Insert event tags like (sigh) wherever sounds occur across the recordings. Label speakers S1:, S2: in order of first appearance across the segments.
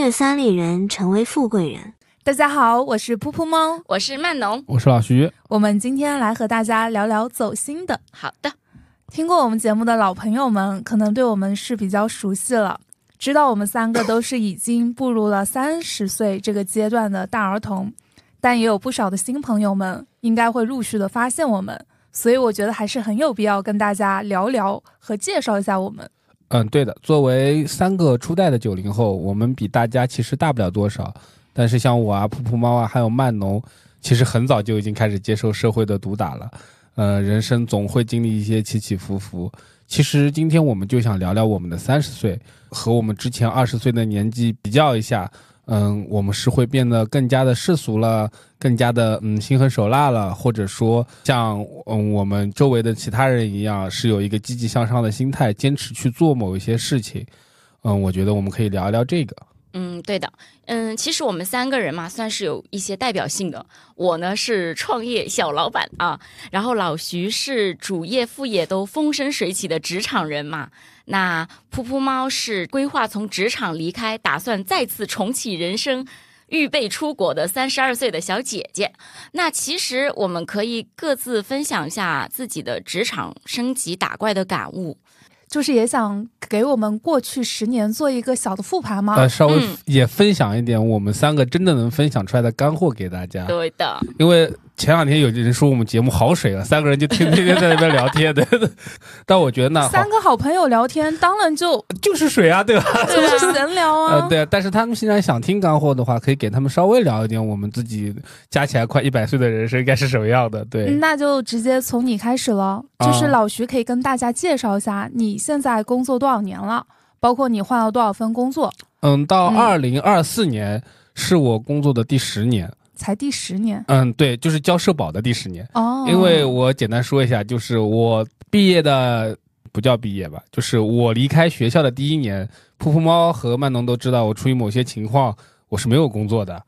S1: 越三里人成为富贵人。
S2: 大家好，我是噗噗猫，
S3: 我是曼农。
S4: 我是老徐，
S2: 我们今天来和大家聊聊走心的。
S3: 好的，
S2: 听过我们节目的老朋友们，可能对我们是比较熟悉了，知道我们三个都是已经步入了三十岁这个阶段的大儿童，但也有不少的新朋友们应该会陆续的发现我们，所以我觉得还是很有必要跟大家聊聊和介绍一下我们。
S4: 嗯，对的。作为三个初代的九零后，我们比大家其实大不了多少，但是像我啊、噗噗猫啊，还有曼农，其实很早就已经开始接受社会的毒打了。呃，人生总会经历一些起起伏伏。其实今天我们就想聊聊我们的三十岁和我们之前二十岁的年纪比较一下，嗯，我们是会变得更加的世俗了，更加的嗯心狠手辣了，或者说像嗯我们周围的其他人一样，是有一个积极向上的心态，坚持去做某一些事情。嗯，我觉得我们可以聊一聊这个。
S3: 嗯，对的，嗯，其实我们三个人嘛，算是有一些代表性的。我呢是创业小老板啊，然后老徐是主业副业都风生水起的职场人嘛。那噗噗猫是规划从职场离开，打算再次重启人生，预备出国的三十二岁的小姐姐。那其实我们可以各自分享一下自己的职场升级打怪的感悟。
S2: 就是也想给我们过去十年做一个小的复盘吗？
S4: 呃，稍微
S3: 嗯
S4: 也分享一点我们三个真的能分享出来的干货给大家。
S3: 对的，
S4: 因为前两天有人说我们节目好水啊，三个人就天天在那边聊天的， (laughs) 对但我觉得呢，好
S2: 三个好朋友聊天，当然
S4: (laughs)
S2: 就
S4: 就是水啊，对吧？
S2: 就是闲聊啊。
S3: 嗯
S4: 呃，对啊，但是他们现在想听干货的话，可以给他们稍微聊一点我们自己加起来快一百岁的人生应该是什么样的。对，
S2: 嗯
S4: 啊
S2: 那就直接从你开始了，就是老徐可以跟大家介绍一下你现在工作多少年了，包括你换了多少份工作，
S4: 嗯，到
S2: 嗯
S4: 二零二四年是我工作的第十年，
S2: 才第十年
S4: 嗯，对，就是交社保的第十年。
S2: 哦。
S4: 因为我简单说一下，就是我毕业的不叫毕业吧，就是我离开学校的第一年，噗噗猫和曼农都知道，我出于某些情况我是没有工作的。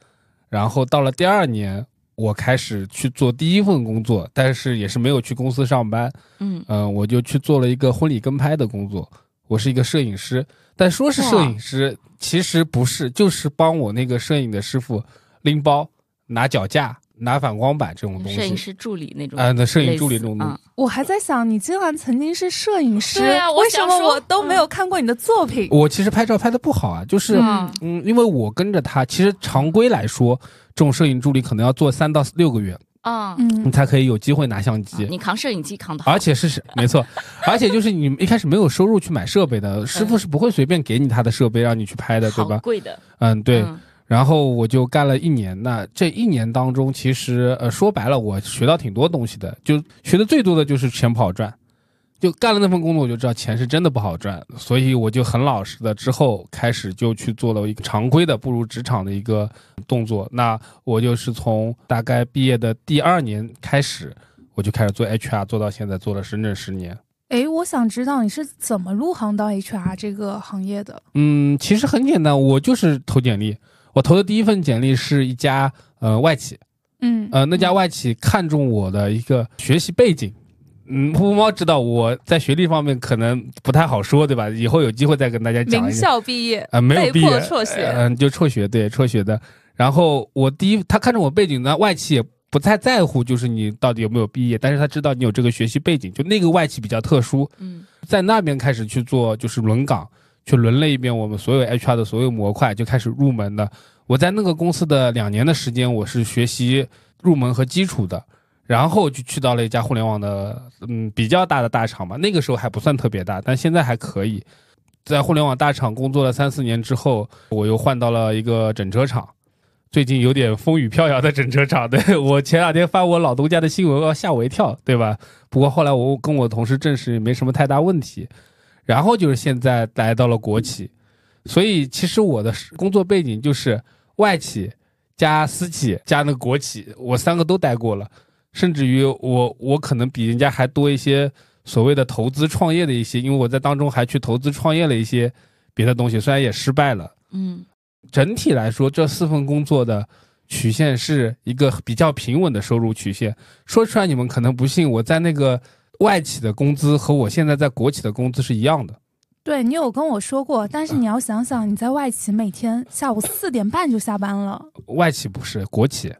S4: 然后到了第二年，我开始去做第一份工作，但是也是没有去公司上班，
S3: 嗯
S4: 嗯、我就去做了一个婚礼跟拍的工作。我是一个摄影师，但说是摄影师，其实不是，就是帮我那个摄影的师傅拎包、拿脚架、拿反光板这种东西。
S3: 摄影师助理那种
S4: 啊，那摄影助理
S3: 类
S4: 这
S3: 似
S4: 种东西
S3: 啊，
S2: 我还在想，你竟然曾经是摄影师，
S3: 对啊我
S2: 为什
S3: 想
S2: 么
S3: 说
S2: 我嗯都没有看过你的作品？
S4: 我其实拍照拍的不好啊，就是
S2: 嗯
S3: 嗯
S4: 嗯，因为我跟着他，其实常规来说，这种摄影助理可能要做三到六个月，
S3: 啊，
S4: 你
S2: 嗯，
S4: 才可以有机会拿相机。
S3: 你扛摄影机扛的好
S4: 嗯而，且是是没错，而且就是你一开始没有收入去买设备的，师傅是不会随便给你他的设备让你去拍的，对
S3: 嗯好
S4: 吧？
S3: 贵的，
S4: 嗯，对。
S3: 嗯
S4: 然后我就干了一年。那这一年当中，其实呃说白了，我学到挺多东西的，就学的最多的就是钱不好赚。就干了那份工作，我就知道钱是真的不好赚，所以我就很老实的，之后开始就去做了一个常规的步入职场的一个动作。那我就是从大概毕业的第二年开始，我就开始做 HR，做到现在做了整整十年。
S2: 哎，我想知道你是怎么入行到 HR 这个行业的？
S4: 嗯，其实很简单，我就是投简历。我投的第一份简历是一家呃外企，
S2: 嗯
S4: 呃，那家外企看中我的一个学习背景。嗯，噗噗猫知道我在学历方面可能不太好说，对吧？以后有机会再跟大家讲
S2: 名
S4: 一下。
S2: 校毕业，
S4: 啊、没有
S2: 被
S4: 毕
S2: 迫
S4: 业，
S2: 辍学。
S4: 嗯、就辍学，对，辍学的。然后我第一，他看中我背景呢，外企也不太在乎，就是你到底有没有毕业，但是他知道你有这个学习背景，就那个外企比较特殊，
S3: 嗯
S4: 在那边开始去做就是轮岗，去轮了一遍我们所有 HR 的所有模块，就开始入门的。我在那个公司的两年的时间，我是学习入门和基础的，然后就去到了一家互联网的嗯比较大的大厂吧，那个时候还不算特别大，但现在还可以。在互联网大厂工作了三四年之后，我又换到了一个整车厂，最近有点风雨飘摇的整车厂。对我前两天翻我老东家的新闻，吓我一跳，对吧？不过后来我跟我同事证实也没什么太大问题，然后就是现在来到了国企，所以其实我的工作背景就是外企加私企加那个国企，我三个都待过了，甚至于我我可能比人家还多一些所谓的投资创业的一些，因为我在当中还去投资创业了一些别的东西，虽然也失败了。
S3: 嗯
S4: 整体来说，这四份工作的曲线是一个比较平稳的收入曲线。说出来你们可能不信，我在那个外企的工资和我现在在国企的工资是一样的，
S2: 对你有跟我说过，但是你
S4: 啊
S2: 要想想，你在外企每天下午四点半就下班了，
S4: 外企不是国企，
S2: 哦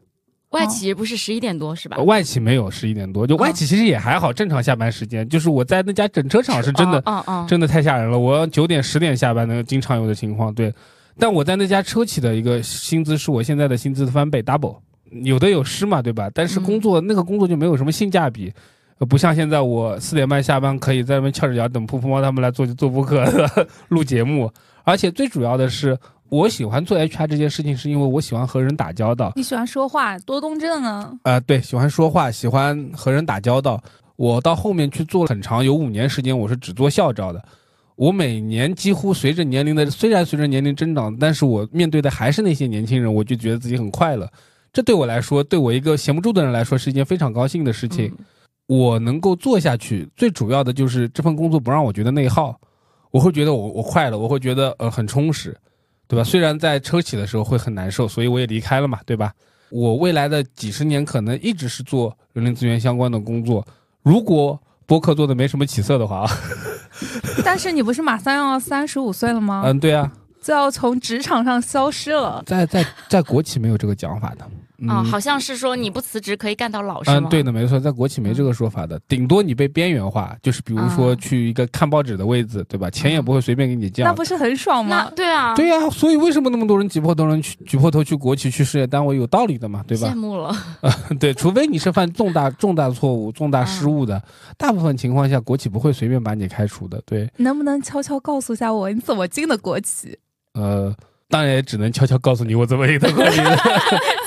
S3: 外企不是十一点多是吧
S4: 呃？外企没有十一点多，就外企其实也还好，正常下班时间。就是我在那家整车厂是真的，
S3: 嗯嗯，
S4: 真的太吓人了。我九点十点下班那个经常有的情况，对。但我在那家车企的一个薪资是我现在的薪资的翻倍 double，有的有失嘛，对吧？但是工作、那个工作就没有什么性价比。呃不像现在，我四点半下班可以在那边翘着脚等噗噗猫他们来做做播客、 (laughs) 录节目，而且最主要的是，我喜欢做 HR 这件事情，是因为我喜欢和人打交道。
S2: 你喜欢说话，多动症啊。
S4: 啊、对，喜欢说话，喜欢和人打交道。我到后面去做了很长，有五年时间，我是只做校招的。我每年几乎随着年龄的，虽然随着年龄增长，但是我面对的还是那些年轻人，我就觉得自己很快乐。这对我来说，对我一个闲不住的人来说，是一件非常高兴的事
S3: 嗯
S4: 情。我能够做下去，最主要的就是这份工作不让我觉得内耗，我会觉得我我快乐，我会觉得呃很充实，对吧？虽然在车企的时候会很难受，所以我也离开了嘛，对吧？我未来的几十年可能一直是做人力资源相关的工作，如果播客做的没什么起色的话啊， (laughs)
S2: 但是你不是马上要三十五岁了吗？
S4: 嗯，对啊，
S2: 就要从职场上消失了。
S4: 在在在国企没有这个讲法的，嗯，
S3: 啊，好像是说你不辞职可以干到老是吗？
S4: 嗯，对的，没错，在国企没这个说法的，顶多你被边缘化，就是比如说
S3: 嗯
S4: 去一个看报纸的位置，对吧？钱
S3: 啊
S4: 也不会随便给你降，
S2: 那不是很爽
S3: 那
S2: 吗？
S3: 对啊，
S4: 对呀、所以为什么那么多人挤破头人去挤破头去国企去事业单位，有道理的嘛，对吧
S3: 羡？慕了，
S4: (laughs) 对，除非你是犯
S3: (laughs)
S4: 重大重大错误、重大失误的，
S3: 啊
S4: 大部分情况下国企不会随便把你开除的。对，
S2: 能不能悄悄告诉一下我，你怎么进的国企？
S4: 呃，当然也只能悄悄告诉你我怎么一个国企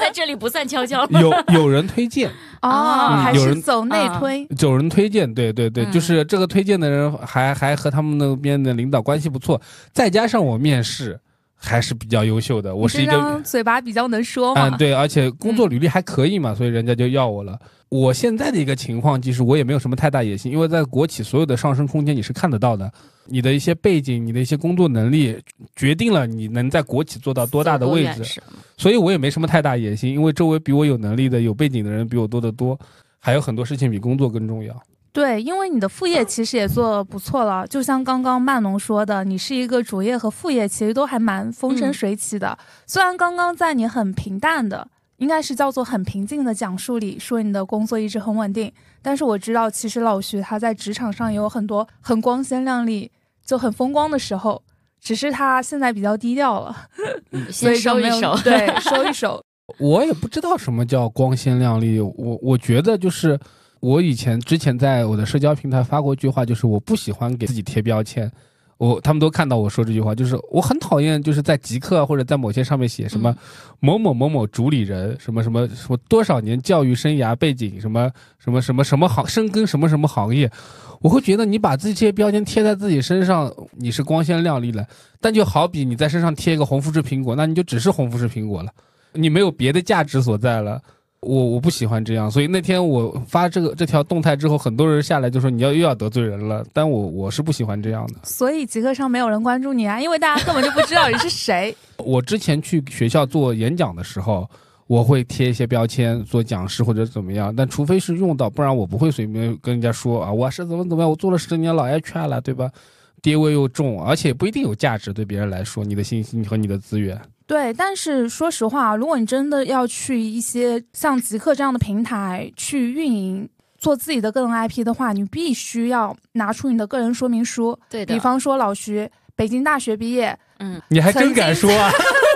S3: 在这里不算悄悄。
S4: (laughs) 有有人推荐，
S2: 哦，
S3: 啊
S2: 还
S4: 嗯有
S2: 是
S4: 人啊
S2: 走内推？
S4: 有人推荐，对对对，
S3: 嗯
S4: 就是这个推荐的人还还和他们那边的领导关系不错，再加上我面试还是比较优秀的，我是一
S2: 你这
S4: 个
S2: 张嘴巴比较能说嘛。
S4: 嗯，对，而且工作履历还可以嘛，所以人家就要我了。我现在的一个情况，其实我也没有什么太大野心，因为在国企所有的上升空间你是看得到的，你的一些背景、你的一些工作能力，决定了你能在国企做到多大的位置。
S3: 置？
S4: 所以我也没什么太大野心，因为周围比我有能力的、有背景的人比我多得多，还有很多事情比工作更重要。
S2: 对，因为你的副业其实也做得不错了，就像刚刚曼农说的，你是一个主业和副业其实都还蛮风生
S3: 嗯
S2: 水起的。虽然刚刚在你很平淡的，应该是叫做很平静的讲述里说你的工作一直很稳定，但是我知道其实老徐他在职场上也有很多很光鲜亮丽、就很风光的时候，只是他现在比较低调了，所
S3: 先
S2: 以就
S3: 收
S2: 没
S3: 一
S2: 有。
S3: 收
S2: (laughs) 对收一收。 (laughs)
S4: 我也不知道什么叫光鲜亮丽，我我觉得就是我以前之前在我的社交平台发过一句话，就是我不喜欢给自己贴标签。我他们都看到我说这句话，就是我很讨厌，就是在极客啊或者在某些上面写什么
S3: 嗯
S4: 某某某某主理人，什么什么什么多少年教育生涯背景，什么什么什么什么行深耕什么什么行业，我会觉得你把这些标签贴在自己身上，你是光鲜亮丽了，但就好比你在身上贴一个红富士苹果，那你就只是红富士苹果了，你没有别的价值所在了。我我不喜欢这样，所以那天我发这个这条动态之后，很多人下来就说你要又要得罪人了，但我我是不喜欢这样的。
S2: 所以极客上没有人关注你啊，因为大家根本就不知道你是谁。
S4: 我之前去学校做演讲的时候，我会贴一些标签，做讲师或者怎么样，但除非是用到，不然我不会随便跟人家说啊，我是怎么怎么样，我做了十年老 HR 了，对吧？爹味又重，而且不一定有价值，对别人来说，你的信息和你的资源，
S2: 对，但是说实话，如果你真的要去一些像极客这样的平台去运营，做自己的个人 IP 的话，你必须要拿出你的个人说明书。
S3: 对的，
S2: 比方说，老徐北京大学毕业，
S3: 嗯，
S4: 你还真敢说啊！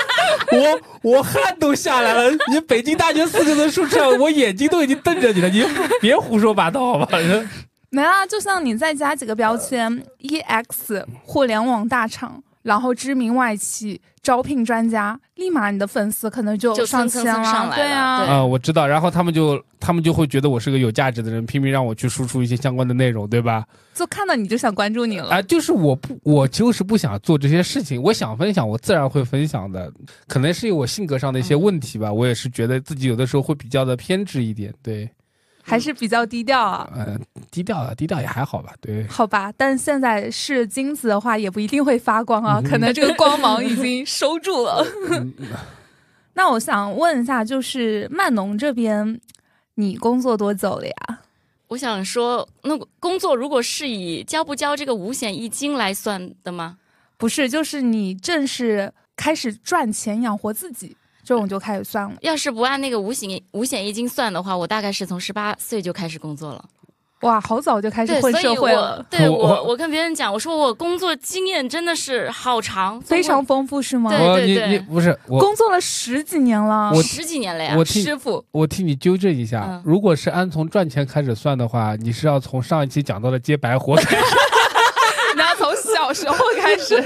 S4: (laughs) 我我汗都下来了，你北京大学四个字说出来，我眼睛都已经瞪着你了，你 (laughs) 别胡说八道
S3: (laughs)
S4: 好吧？
S2: 没啦，就像你再加几个标签，EX 互联网大厂，然后知名外企招聘专家，立马你的粉丝可能就
S3: 就
S2: 上
S3: 蹭
S2: 千
S3: 蹭蹭上来
S2: 对
S3: 了
S2: 啊，
S3: 对
S4: 啊、我知道。然后他们就他们就会觉得我是个有价值的人，拼命让我去输出一些相关的内容，对吧？
S2: 就看到你就想关注你了。
S3: 嗯
S4: 啊、就是我不，我就是不想做这些事情。我想分享，我自然会分享的。可能是有我性格上的一些问题
S3: 嗯
S4: 吧，我也是觉得自己有的时候会比较的偏执一点。对，
S2: 还是比较低调啊。
S4: 嗯、低调啊，低调也还好吧。对， (laughs)
S2: 好吧，但现在是金子的话，也不一定会发光啊，可能这个光芒已经收住了。 (laughs) 那我想问一下，就是曼农这边，你工作多久了呀？
S3: 我想说，那工作如果是以交不交这个五险一金来算的吗？
S2: 不是，就是你正式开始赚钱养活自己，这种就开始算了。
S3: 要是不按那个五险五险一金算的话，我大概是从十八岁就开始工作了。
S2: 哇，好早就开始
S3: 对，
S2: 混
S3: 所以
S2: 社会
S3: 我
S2: 了，
S4: (laughs)
S3: 对
S4: 我
S3: 我我跟别人讲，我说我工作经验真的是好长，
S2: 非常丰富是吗？
S3: 对
S4: 我哦你
S3: 对
S4: 你不是我，
S2: 工作了十几年了，
S4: 我
S3: 十几年了呀
S4: 我，替
S3: 师傅。
S4: 我替你纠正一下，
S3: 嗯
S4: 如果是按从赚钱开始算的话，你是要从上一期讲到的接白活开始。 (laughs)
S2: 你要从小时候开
S3: (laughs)
S2: 始。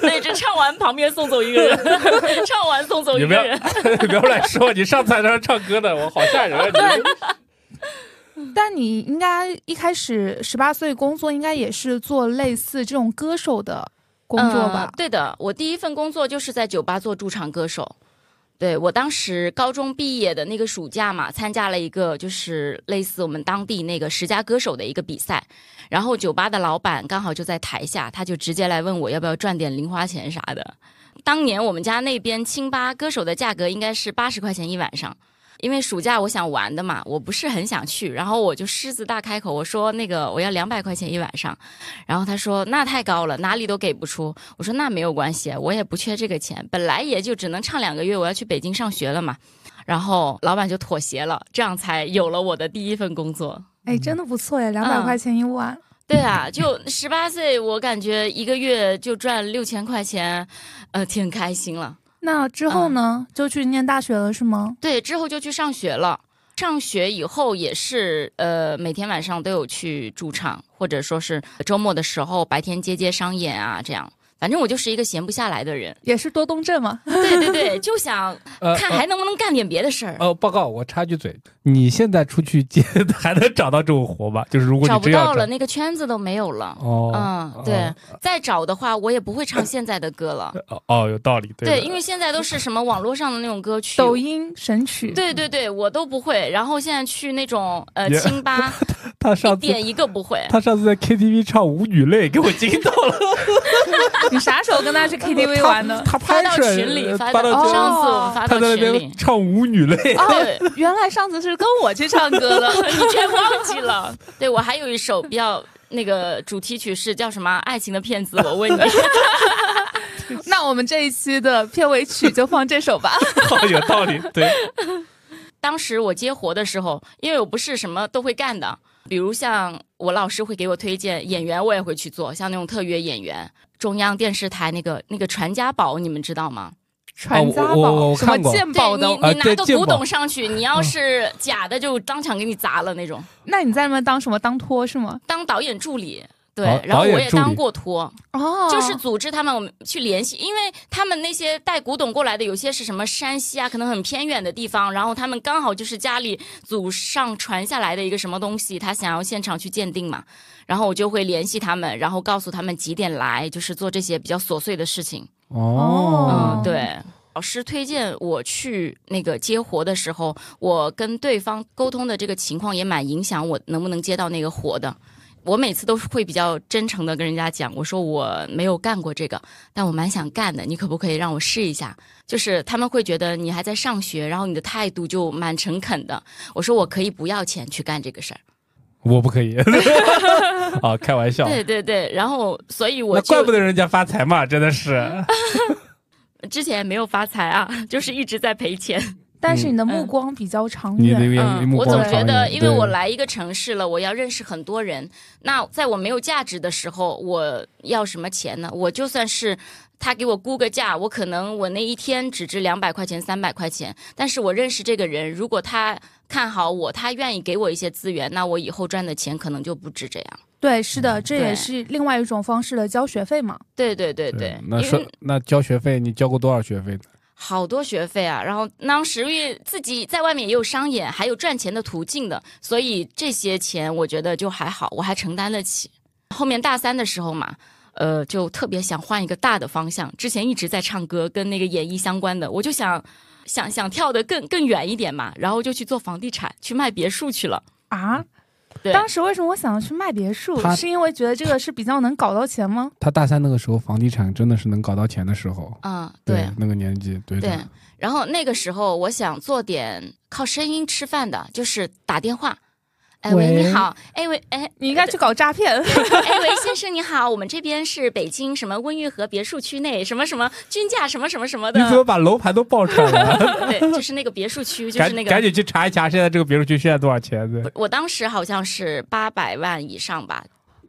S3: 对，这唱完旁边送走一个
S4: (laughs)
S3: 人，唱完送走一个
S4: 你不要
S3: 人。
S4: 不要乱说，你上次还在那唱歌呢，我好吓人啊！你
S2: 但你应该一开始十八岁工作，应该也是做类似这种歌手的工作吧
S3: 嗯？对的，我第一份工作就是在酒吧做驻场歌手。对我当时高中毕业的那个暑假嘛，参加了一个就是类似我们当地那个十佳歌手的一个比赛，然后酒吧的老板刚好就在台下，他就直接来问我要不要赚点零花钱啥的。当年我们家那边清吧歌手的价格应该是八十块钱一晚上，因为暑假我想玩的嘛，我不是很想去，然后我就狮子大开口，我说那个我要两百块钱一晚上。然后他说那太高了，哪里都给不出。我说那没有关系，我也不缺这个钱，本来也就只能唱两个月，我要去北京上学了嘛。然后老板就妥协了，这样才有了我的第一份工作。
S2: 哎，真的不错哎，两百块钱一晚。
S3: 对啊，就十八岁，我感觉一个月就赚六千块钱，呃，挺开心了。
S2: 那之后呢？就去念大学了是吗？
S3: 对，之后就去上学了。上学以后也是，呃，每天晚上都有去驻唱，或者说是周末的时候白天接接商演啊，这样。反正我就是一个闲不下来的人，
S2: 也是多动症嘛。
S4: (laughs)
S3: 对对对，就想
S4: 呃
S3: 看还能不能干点别的事儿。
S4: 呃，报告，我插句嘴，你现在出去接 (laughs) 还能找到这种活吗？就是如果
S3: 找
S4: 你
S3: 不
S4: 真要
S3: 到了，那个圈子都没有了。
S4: 哦，
S3: 嗯，对，再找的话，我也不会唱现在的歌了。
S4: 哦，哦，有道理，
S3: 对，
S4: 的
S3: 因为现在都是什么网络上的那种歌
S2: (laughs)
S3: 曲，
S2: 抖。音神曲，
S3: 对对对，我都不会。然后现在去那种呃
S4: 也
S3: 清吧，
S4: (laughs) 他
S3: 一
S4: 上次
S3: 点一个不会。
S4: 他上次在 KTV 唱《舞女泪》，给我惊到了，
S2: 你啥时候跟 (laughs) 他去 KTV 玩的？
S4: 他
S3: 发
S4: 拍
S3: 到
S4: 出来呃
S3: 群里，发哦
S4: 发
S3: 到
S4: 到哦
S2: 群里
S3: 上次我们发
S4: 他
S3: 到
S4: 在那
S3: 群
S4: 边
S3: 里。
S4: (laughs)
S3: 哦
S4: 唱《舞女泪》，
S3: 对，
S2: 哦原来上次是跟我去唱歌的，
S3: 你居然忘记了？对我还有一首比较那个主题曲是叫什么？爱情的骗子，我
S4: (laughs)
S3: 问你。
S2: 那我们这一期的片尾曲就放这首 (laughs) 吧。
S4: 好有道理，对，
S3: 当时我接活的时候，因为我不是什么都会干的，比如像我老师会给我推荐演员，我也会去做，像那种特约演员，中央电视台那个那个传家宝，你们知道吗？
S2: 传家
S4: 哦我我
S2: 宝，
S4: 我
S2: 什么
S4: 看过
S2: 鉴
S3: 对
S2: 宝
S3: 你
S2: 的，
S4: 啊
S3: 你拿
S4: 对
S3: 个
S4: 鉴宝嗯
S3: 古董上
S4: (laughs)
S3: 去，你要是假的就当场给你砸了那种。
S2: 那你在那边当什么？当托是吗？
S3: 当导演助理。对
S4: 导，
S3: 然后
S4: 哦导演
S3: 我也
S4: 助理
S3: 当过托，
S2: 哦
S3: 就是组织他们我们去联系，因为他们那些带古董过来的，有些是什么山西啊，可能很偏远的地方，然后他们刚好就是家里祖上传下来的一个什么东西，他想要现场去鉴定嘛，然后我就会联系他们，然后告诉他们几点来，就是做这些比较琐碎的事情。
S2: 哦
S3: 嗯，对。老师推荐我去那个接活的时候，我跟对方沟通的这个情况也蛮影响我能不能接到那个活的。我每次都是会比较真诚的跟人家讲，我说我没有干过这个，但我蛮想干的，你可不可以让我试一下？就是他们会觉得你还在上学，然后你的态度就蛮诚恳的。我说我可以不要钱去干这个事儿。
S4: 我不可
S3: (laughs)
S4: 以，啊，开玩笑，
S3: 对对对，然后所以我
S4: 那
S3: 就嗯
S4: 怪不得人家发
S3: (laughs)
S4: 财嘛，真的是。
S3: 之前没有发财啊，就是一直在赔钱。
S2: 但是你的目光比较长
S4: 你的
S2: 远，
S4: 眼
S3: 嗯，
S4: 目
S3: 我
S4: 光
S3: 总觉
S4: 长
S3: 得，
S4: 远
S3: 因为我
S4: 对
S3: 来一个城市了，我要认识很多人。那在我没有价值的时候，我要什么钱呢？我就算是他给我估个价，我可能我那一天只值两百块钱、三百块钱，但是我认识这个人，如果他看好我，他愿意给我一些资源，那我以后赚的钱可能就不止这样。
S2: 嗯对，是的，这也
S3: 对
S2: 是另外一种方式的交学费嘛。
S3: 对对对对，
S4: 那
S3: 因
S4: 说
S3: 为
S4: 那交学费，你交过多少学费呢？
S3: 好多学费啊，然后当时因为自己在外面也有商演，还有赚钱的途径的，所以这些钱我觉得就还好，我还承担得起。后面大三的时候嘛，呃，就特别想换一个大的方向。之前一直在唱歌，跟那个演艺相关的，我就想想想跳得更更远一点嘛，然后就去做房地产，去卖别墅去了。
S2: 啊，
S3: 对，
S2: 当时为什么我想要去卖别墅
S4: 他？
S2: 是因为觉得这个是比较能搞到钱吗？
S4: 他大三那个时候，房地产真的是能搞到钱的时候，
S3: 嗯，
S4: 对
S3: 对，
S4: 那个年纪，对
S3: 对
S4: 的，，
S3: 然后那个时候我想做点靠声音吃饭的，就是打电话。哎喂，
S2: 喂
S3: 你好，哎喂，哎，
S2: 你应该去搞诈
S4: (laughs)
S2: 骗。
S3: 哎喂，先生你好，我们这边是北京什么温榆河别墅区内什么什么均价什么什么什么
S4: 你
S3: 的
S4: 怎，么把楼盘都报出来了？
S3: (laughs) 对，就是那个别墅区，就
S4: 赶
S3: 是那
S4: 赶
S3: 个。
S4: 紧去查一查，现在这个别墅区现在多少钱？对，
S3: 我当时好像是八百万以上吧，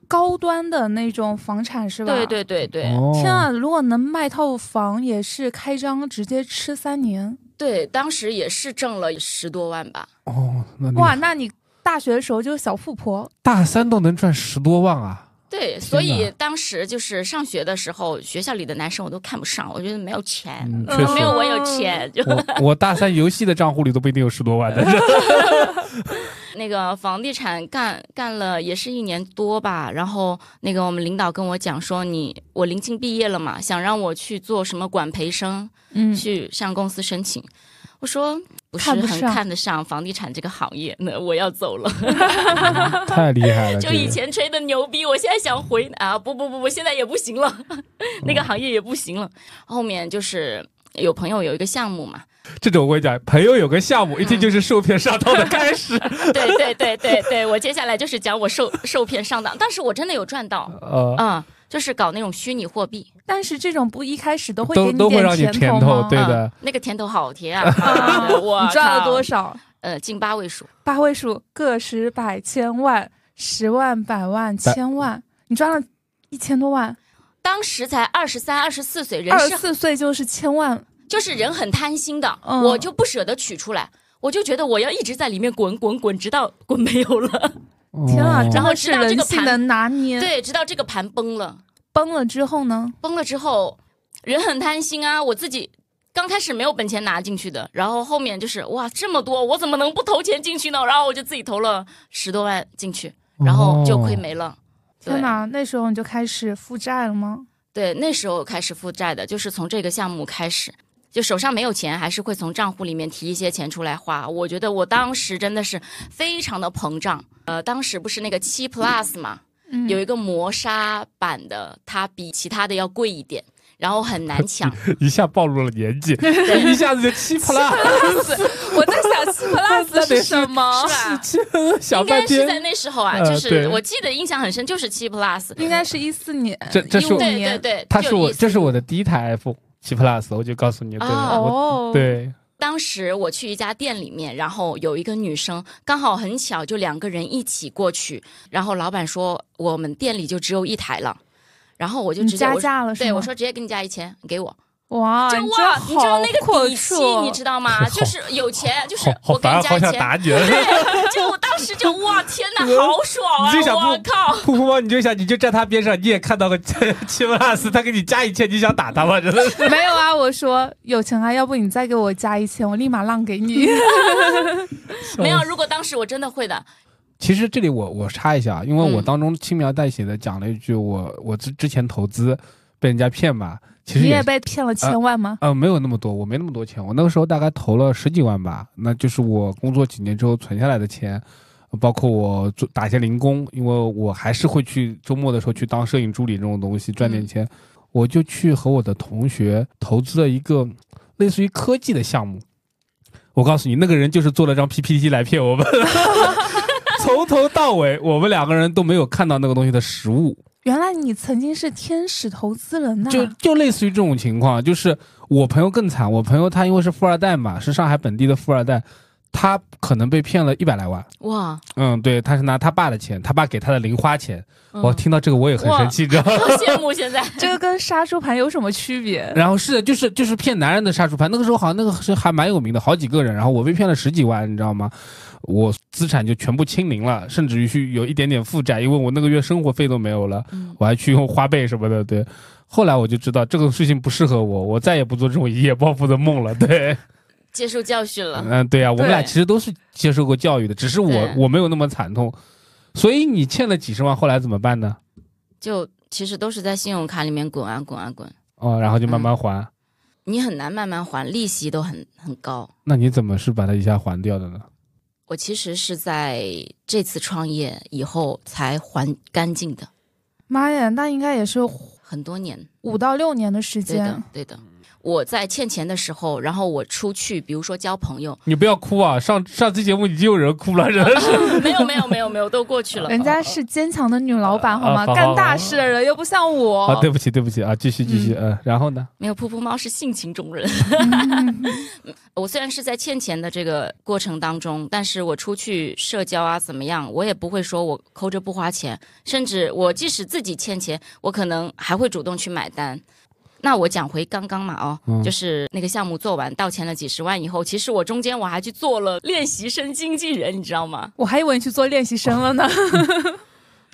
S2: 高端的那种房产是吧？
S3: 对。对对对、
S4: 哦
S2: 天啊，如果能卖套房，也是开张直接吃三年。
S3: 对，当时也是挣了十多万吧。
S4: 哦，那你
S2: 哇，那你大学的时候就是小富婆，
S4: 大三都能赚十多万啊！
S3: 对，所以当时就是上学的时候，学校里的男生我都看不上，我觉得没有钱，
S4: 嗯
S3: 嗯
S4: 确实哦
S3: 没有我有
S2: 哦
S3: 钱。就
S4: 我我大三游戏的账户里都不一定有十多万的，
S3: (laughs) 那个房地产干干了也是一年多吧，然后那个我们领导跟我讲说你，我临近毕业了嘛，想让我去做什么管培生，
S2: 嗯，
S3: 去向公司申请。我说不是
S2: 看不
S3: 很
S2: 上
S3: 看得上房地产这个行业，那我要走了。
S4: 太厉害了！
S3: 就
S4: 这个
S3: 以前吹的牛逼，我现在想回啊，不不不不，现在也不行了， (laughs) 那个行业也不行了。后面就是有朋友有一个项目嘛，
S4: 这种我跟你讲，朋友有个项目，一听就是受骗上当的
S3: (laughs)
S4: 开始。
S3: 对对对对对，我接下来就是讲我受受骗上当，但是我真的有赚到，
S4: 呃，
S3: 嗯，就是搞那种虚拟货币，
S2: 但是这种不一开始都会
S4: 都
S2: 给你
S4: 都会让你
S2: 点
S4: 甜
S2: 头吗？
S4: 头对的
S3: 嗯那个甜头好甜啊，
S2: (laughs)
S3: 妈
S2: 啊，
S3: 的我
S2: 你赚了
S3: 靠
S2: 多？少？
S3: 呃，近八位数，
S2: 八位数，个十百千万，十万百万
S4: 百
S2: 千万，你赚了一千多万，
S3: 当时才二十三、二十四岁，人
S2: 二十
S3: 是
S2: 四岁就是千万，
S3: 就是人很贪心的，
S2: 嗯
S3: 我就不舍得取出来。我就觉得我要一直在里面滚滚滚，直到滚没有
S2: (laughs)
S3: 了。
S2: 天啊，
S4: 哦
S2: 真
S3: 然后
S2: 的
S3: 知
S2: 是
S3: 道这
S2: 人
S3: 个
S2: 性
S3: 盘
S2: 的拿捏。，
S3: 对，直到这个盘崩了，
S2: 崩了之后呢？
S3: 崩了之后，人很贪心啊，我自己。刚开始没有本钱拿进去的，然后后面就是哇这么多，我怎么能不投钱进去呢？然后我就自己投了十多万进去，然后就
S4: 哦
S3: 亏没了。
S2: 天哪，那时候你就开始负债了吗？
S3: 对，那时候开始负债的，就是从这个项目开始，就手上没有钱，还是会从账户里面提一些钱出来花。我觉得我当时真的是非常的膨胀。呃，当时不是那个七 plus 嘛，
S2: 嗯
S3: 有一 (laughs) 个磨砂版的，它比其他的要贵一点，然后很
S4: (laughs)
S3: 难抢。
S4: 一下暴露了年
S3: (laughs)
S4: 纪，一下子就欺负了，
S2: 我在想七 plus 是什么？
S4: 欺负了想
S3: 应该
S4: 半
S3: 是在
S4: 天。
S3: 那时候啊，
S4: 呃
S3: 就是
S4: 对
S3: 我记得印象很深，就是七 plus，
S2: 应该是一四年，
S4: 这这是
S2: 一五
S4: 我
S3: 对对
S2: 年。
S3: 对，
S4: 它是
S3: 就
S4: 我，
S3: 意思
S4: 这是我的第一台 iPhone 七 Plus，我就告诉你，对
S3: 啊
S4: 我
S2: 哦，，
S4: 对，
S3: 当时我去一家店里面，然后有一个女生，刚好很巧，就两个人一起过去，然后老板说我们店里就只有一台了，然后我就
S2: 你
S3: 直接
S2: 加
S3: 我说
S2: 价了是吗？
S3: 对我说直接给你加一千，你给我。
S2: 哇，
S3: 真
S2: 你
S3: 哇，你知
S2: 好
S3: 道那个底气
S2: 阔绰，
S3: 你
S2: (laughs)
S3: 知道吗？就是有钱，就是
S4: 好好
S3: 我给
S4: 烦啊，
S3: 你加
S4: 好
S3: 一
S4: 想
S3: 千。
S4: 打你了。
S3: (laughs) 对，就我当时就哇天哪，好爽啊！
S4: 你就想哦不
S3: 我靠，
S4: 噗噗猫，你就想，你就站他边上，你也看到个七 Plus，他给你加一千，你想打他吗？真的是。
S2: 没有啊，我说有钱啊，要不你再给我加一千，我立马让给
S3: (laughs)
S2: 你。
S3: (laughs) 没有，如果当时我真的会的，
S4: 其实这里我我插一下，因为我
S3: 嗯
S4: 当中轻描淡写的讲了一句，我我之之前投资被人家骗嘛，其实
S2: 你
S4: 也
S2: 也被骗了千万吗？
S4: 呃没有那么多，我没那么多钱，我那个时候大概投了十几万吧，那就是我工作几年之后存下来的钱。包括我做打一些零工，因为我还是会去周末的时候去当摄影助理这种东西赚点
S3: 嗯
S4: 钱，我就去和我的同学投资了一个类似于科技的项目。我告诉你，那个人就是做了张 PPT 来骗我们， (laughs) 从头到尾我们两个人都没有看到那个东西的实物，
S2: 原来你曾经是天使投资人
S4: (laughs)
S2: 呐、
S4: 就就类似于这种情况，就是我朋友更惨，我朋友他因为是富二代嘛，是上海本地的富二代，他可能被骗了一百来万。
S3: 哇，
S4: 嗯，对，他是拿他爸的钱，他爸给他的零花钱。
S3: 嗯
S4: 我听到这个我也很生气，你知道吗？ (laughs)
S3: 多羡慕现在。
S2: 这个跟杀猪盘有什么区别？
S4: 然后是的，就是就是骗男人的杀猪盘，那个时候好像那个是还蛮有名的，好几个人，然后我被骗了十几万，你知道吗？我资产就全部清零了，甚至于去有一点点负债，因为我那个月生活费都没有了，
S3: 嗯
S4: 我还去用花呗什么的，对。后来我就知道这个事情不适合我，我再也不做这种一夜暴富的梦了。对，
S3: 接受教训了，
S4: 嗯，对啊，我们
S3: 对
S4: 俩其实都是接受过教育的，只是我
S3: 对
S4: 我没有那么惨痛。所以你欠了几十万，后来怎么办呢？
S3: 就其实都是在信用卡里面滚啊滚啊滚，
S4: 哦，然后就慢
S3: 嗯
S4: 慢还。
S3: 你很难慢慢还，利息都很很高。
S4: 那你怎么是把它一下还掉的呢？
S3: 我其实是在这次创业以后才还干净的，
S2: 妈呀，那应该也是
S3: 很多年。
S2: 五到六年的时
S3: 对的
S2: 间，，
S3: 对的。我在欠钱的时候，然后我出去，比如说交朋友，
S4: 你不要哭啊！上上期节目已经有人哭了，真
S3: (laughs)
S4: 的是。
S3: 没有没有没有没有，都过去了。
S2: 人家是坚强的女老板，好吗？
S4: 好啊好
S2: 干大事的人又不像我。
S4: 啊，对不起，对不起啊，继续继续，嗯，然后呢？
S3: 没有噗噗猫是性情中人。
S2: 嗯
S3: 我虽然是在欠钱的这个过程当中，但是我出去社交啊怎么样，我也不会说我抠着不花钱，甚至我即使自己欠钱，我可能还会主动去买单。那我讲回刚刚嘛，哦，
S4: 嗯
S3: 就是那个项目做完道歉了几十万以后，其实我中间我还去做了练习生经纪人，你知道吗？
S2: (laughs) 我还以为你去做练习生了
S3: 哦
S2: 呢。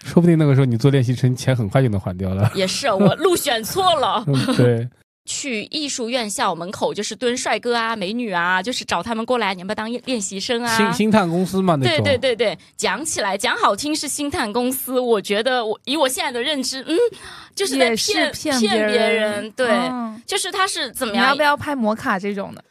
S4: 说不定那个时候你做练习生，钱很快就能还掉
S3: (laughs)
S4: 了。
S3: 也是我路选错了， (laughs)
S4: 嗯，对，
S3: 去艺术院校门口就是蹲帅哥啊、美女啊，就是找他们过来，你要不要当练习生啊？
S4: 星星探公司嘛，那
S3: 对
S4: 种。
S3: 对对对，讲起来讲好听是星探公司，我觉得我以我现在的认知，嗯，就是在
S2: 也是
S3: 骗
S2: 骗别人
S3: 别对，
S2: 嗯
S3: 就是他是怎么
S2: 你要
S3: 样
S2: 不？要拍摩卡这种的？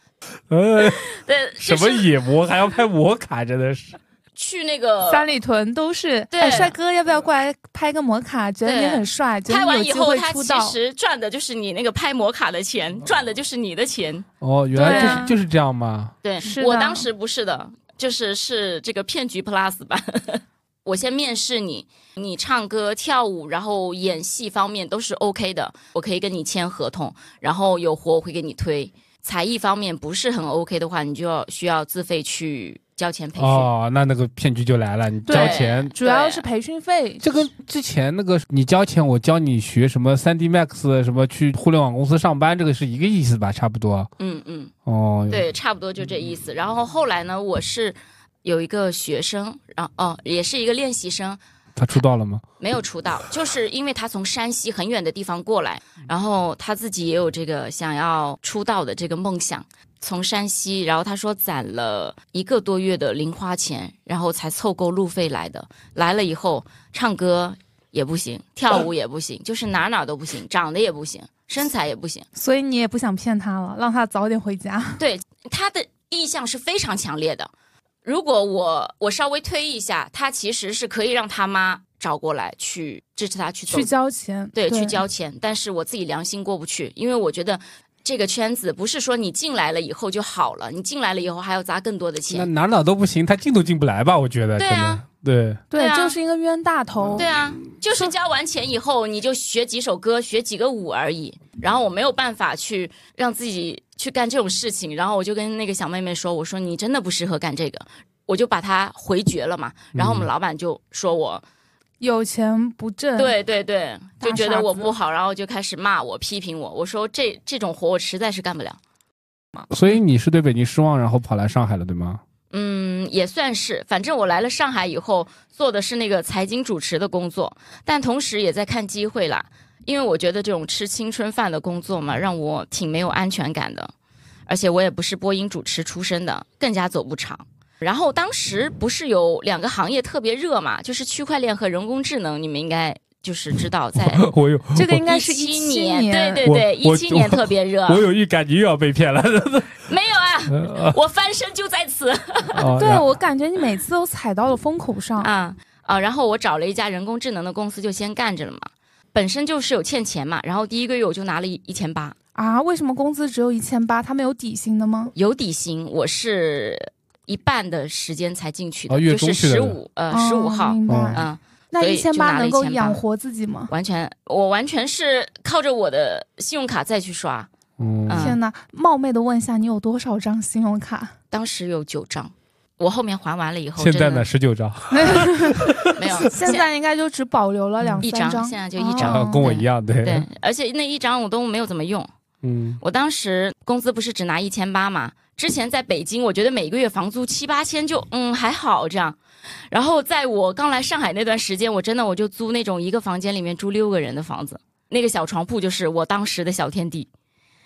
S4: 呃，
S3: 对，
S4: 什
S3: 就
S4: 么
S3: 是
S4: 野魔还要拍摩卡，真的是。
S3: 去那个
S2: 三里屯都是。
S3: 呃对
S2: 哎，帅哥，要不要过来拍个摩卡？觉得
S3: 对
S2: 你很帅，觉得
S3: 拍
S2: 你有
S3: 完以
S2: 机
S3: 后，
S2: 会
S3: 他
S2: 出
S3: 其
S2: 道。
S3: 实赚的就是你那个拍摩卡的钱，赚的就是你的钱。
S4: 哦，原来
S2: 对
S4: 就是、
S2: 啊
S4: 就是这样嘛。
S3: 对
S2: 是，
S3: 我
S2: 的
S3: 当时不是的，就是是这个骗局 Plus 版。 (laughs) 我先面试你，你唱歌、跳舞，然后演戏方面都是 OK 的，我可以跟你签合同，然后有活我会给你推。才艺方面不是很 OK 的话，你就要需要自费去交钱培训。
S4: 哦，那那个骗局就来了，你
S2: 对
S4: 交钱。
S2: 主要
S3: 对
S2: 是培训费，
S4: 这跟之前那个你交钱，我教你学什么3 D Max，什么去互联网公司上班，这个是一个意思吧，差不多。
S3: 嗯嗯，
S4: 哦，，
S3: 对，差不多就这意思。然后后来呢，我是有一个学生，然后哦，也是一个练习生，
S4: 他出道了吗？
S3: 没有出道，就是因为他从山西很远的地方过来，然后他自己也有这个想要出道的这个梦想。从山西，然后他说攒了一个多月的零花钱，然后才凑够路费来的。来了以后，唱歌也不行，跳舞也不行，就是哪哪都不行，长得也不行，身材也不行。
S2: 所以你也不想骗他了，让他早点回家。
S3: 对他的意向是非常强烈的。如果我我稍微推一下，他其实是可以让他妈找过来去支持他去走
S2: 去交钱，
S3: 对，去交钱，但是我自己良心过不去，因为我觉得这个圈子不是说你进来了以后就好了，你进来了以后还要砸更多的
S4: 那
S3: 钱。
S4: 哪哪都不行，他进都进不来吧？我觉得，
S3: 对
S4: 真
S3: 啊
S4: 的，对，
S2: 对
S3: 对，啊
S2: 就是一个冤大头。
S3: 对啊，
S2: 嗯
S3: 就是交完钱以后，你就学几首歌，学几个舞而已。然后我没有办法去让自己去干这种事情，然后我就跟那个小妹妹说：“我说你真的不适合干这个。”我就把她回绝了嘛。然后我们老板就说我，
S2: 有钱不挣，，
S3: 对对对，
S2: 嗯大
S3: 就觉得
S2: 傻
S3: 我
S2: 子
S3: 不好，然后就开始骂我、批评我。我说这这种活我实在是干不了。
S4: 所以你是对北京失望，然后跑来上海了，对吗？
S3: 嗯，也算是。反正我来了上海以后，做的是那个财经主持的工作，但同时也在看机会啦。因为我觉得这种吃青春饭的工作嘛，让我挺没有安全感的，而且我也不是播音主持出身的，更加走不长。然后当时不是有两个行业特别热嘛，就是区块链和人工智能，你们应该就是知道在
S4: (laughs) 我有
S2: 这个应该是
S3: 17
S2: 17
S3: 年，
S2: 年
S3: 对对
S4: 我
S3: 对，
S4: 我
S3: 一七年特别热
S4: 我，有预感你又要被骗 (laughs) 了。
S3: 没有啊，
S4: 呃
S3: 我翻身就在此。
S4: 哦
S2: 对
S4: 然
S2: 我感觉你每次都踩到了风口上。
S3: 啊啊，然后我找了一家人工智能的公司，就先干着了嘛。本身就是有欠钱嘛，然后第一个月我就拿了一一千八，
S2: 啊，为什么工资只有一千八？他们有底薪的吗？
S3: 有底薪，我是一半的时间才进去的，
S4: 哦月
S3: 就是
S4: 中去的
S3: 十五呃
S2: 哦
S3: 十五号，
S2: 明白。
S4: 嗯
S3: 嗯，
S2: 那
S3: 所
S2: 一
S3: 以就
S2: 千
S3: 拿
S2: 八嗯
S3: 了
S2: 能够
S3: 1800
S2: 养活自己吗？
S3: 完全我完全是靠着我的信用卡再去刷，
S4: 嗯
S3: 嗯
S2: 天哪！冒昧的问一下，你有多少张信用
S4: (laughs)
S2: 卡？
S3: 当时有九张，我后面还完了以后，
S4: 现
S3: 真
S4: 在
S3: 的
S4: 呢，十九张，
S3: 没有，
S2: (laughs) 现在应该就只保留了两
S3: 一
S2: 三
S3: 张现在就一张
S4: 啊
S2: 哦
S4: 跟我一样，对，
S3: 对，而且那一张我都没有怎么用，
S4: 嗯，
S3: 我当时工资不是只拿一千八嘛，之前在北京，我觉得每个月房租七八千就嗯还好这样。然后在我刚来上海那段时间，我真的我就租那种一个房间里面住六个人的房子，那个小床铺就是我当时的小天地。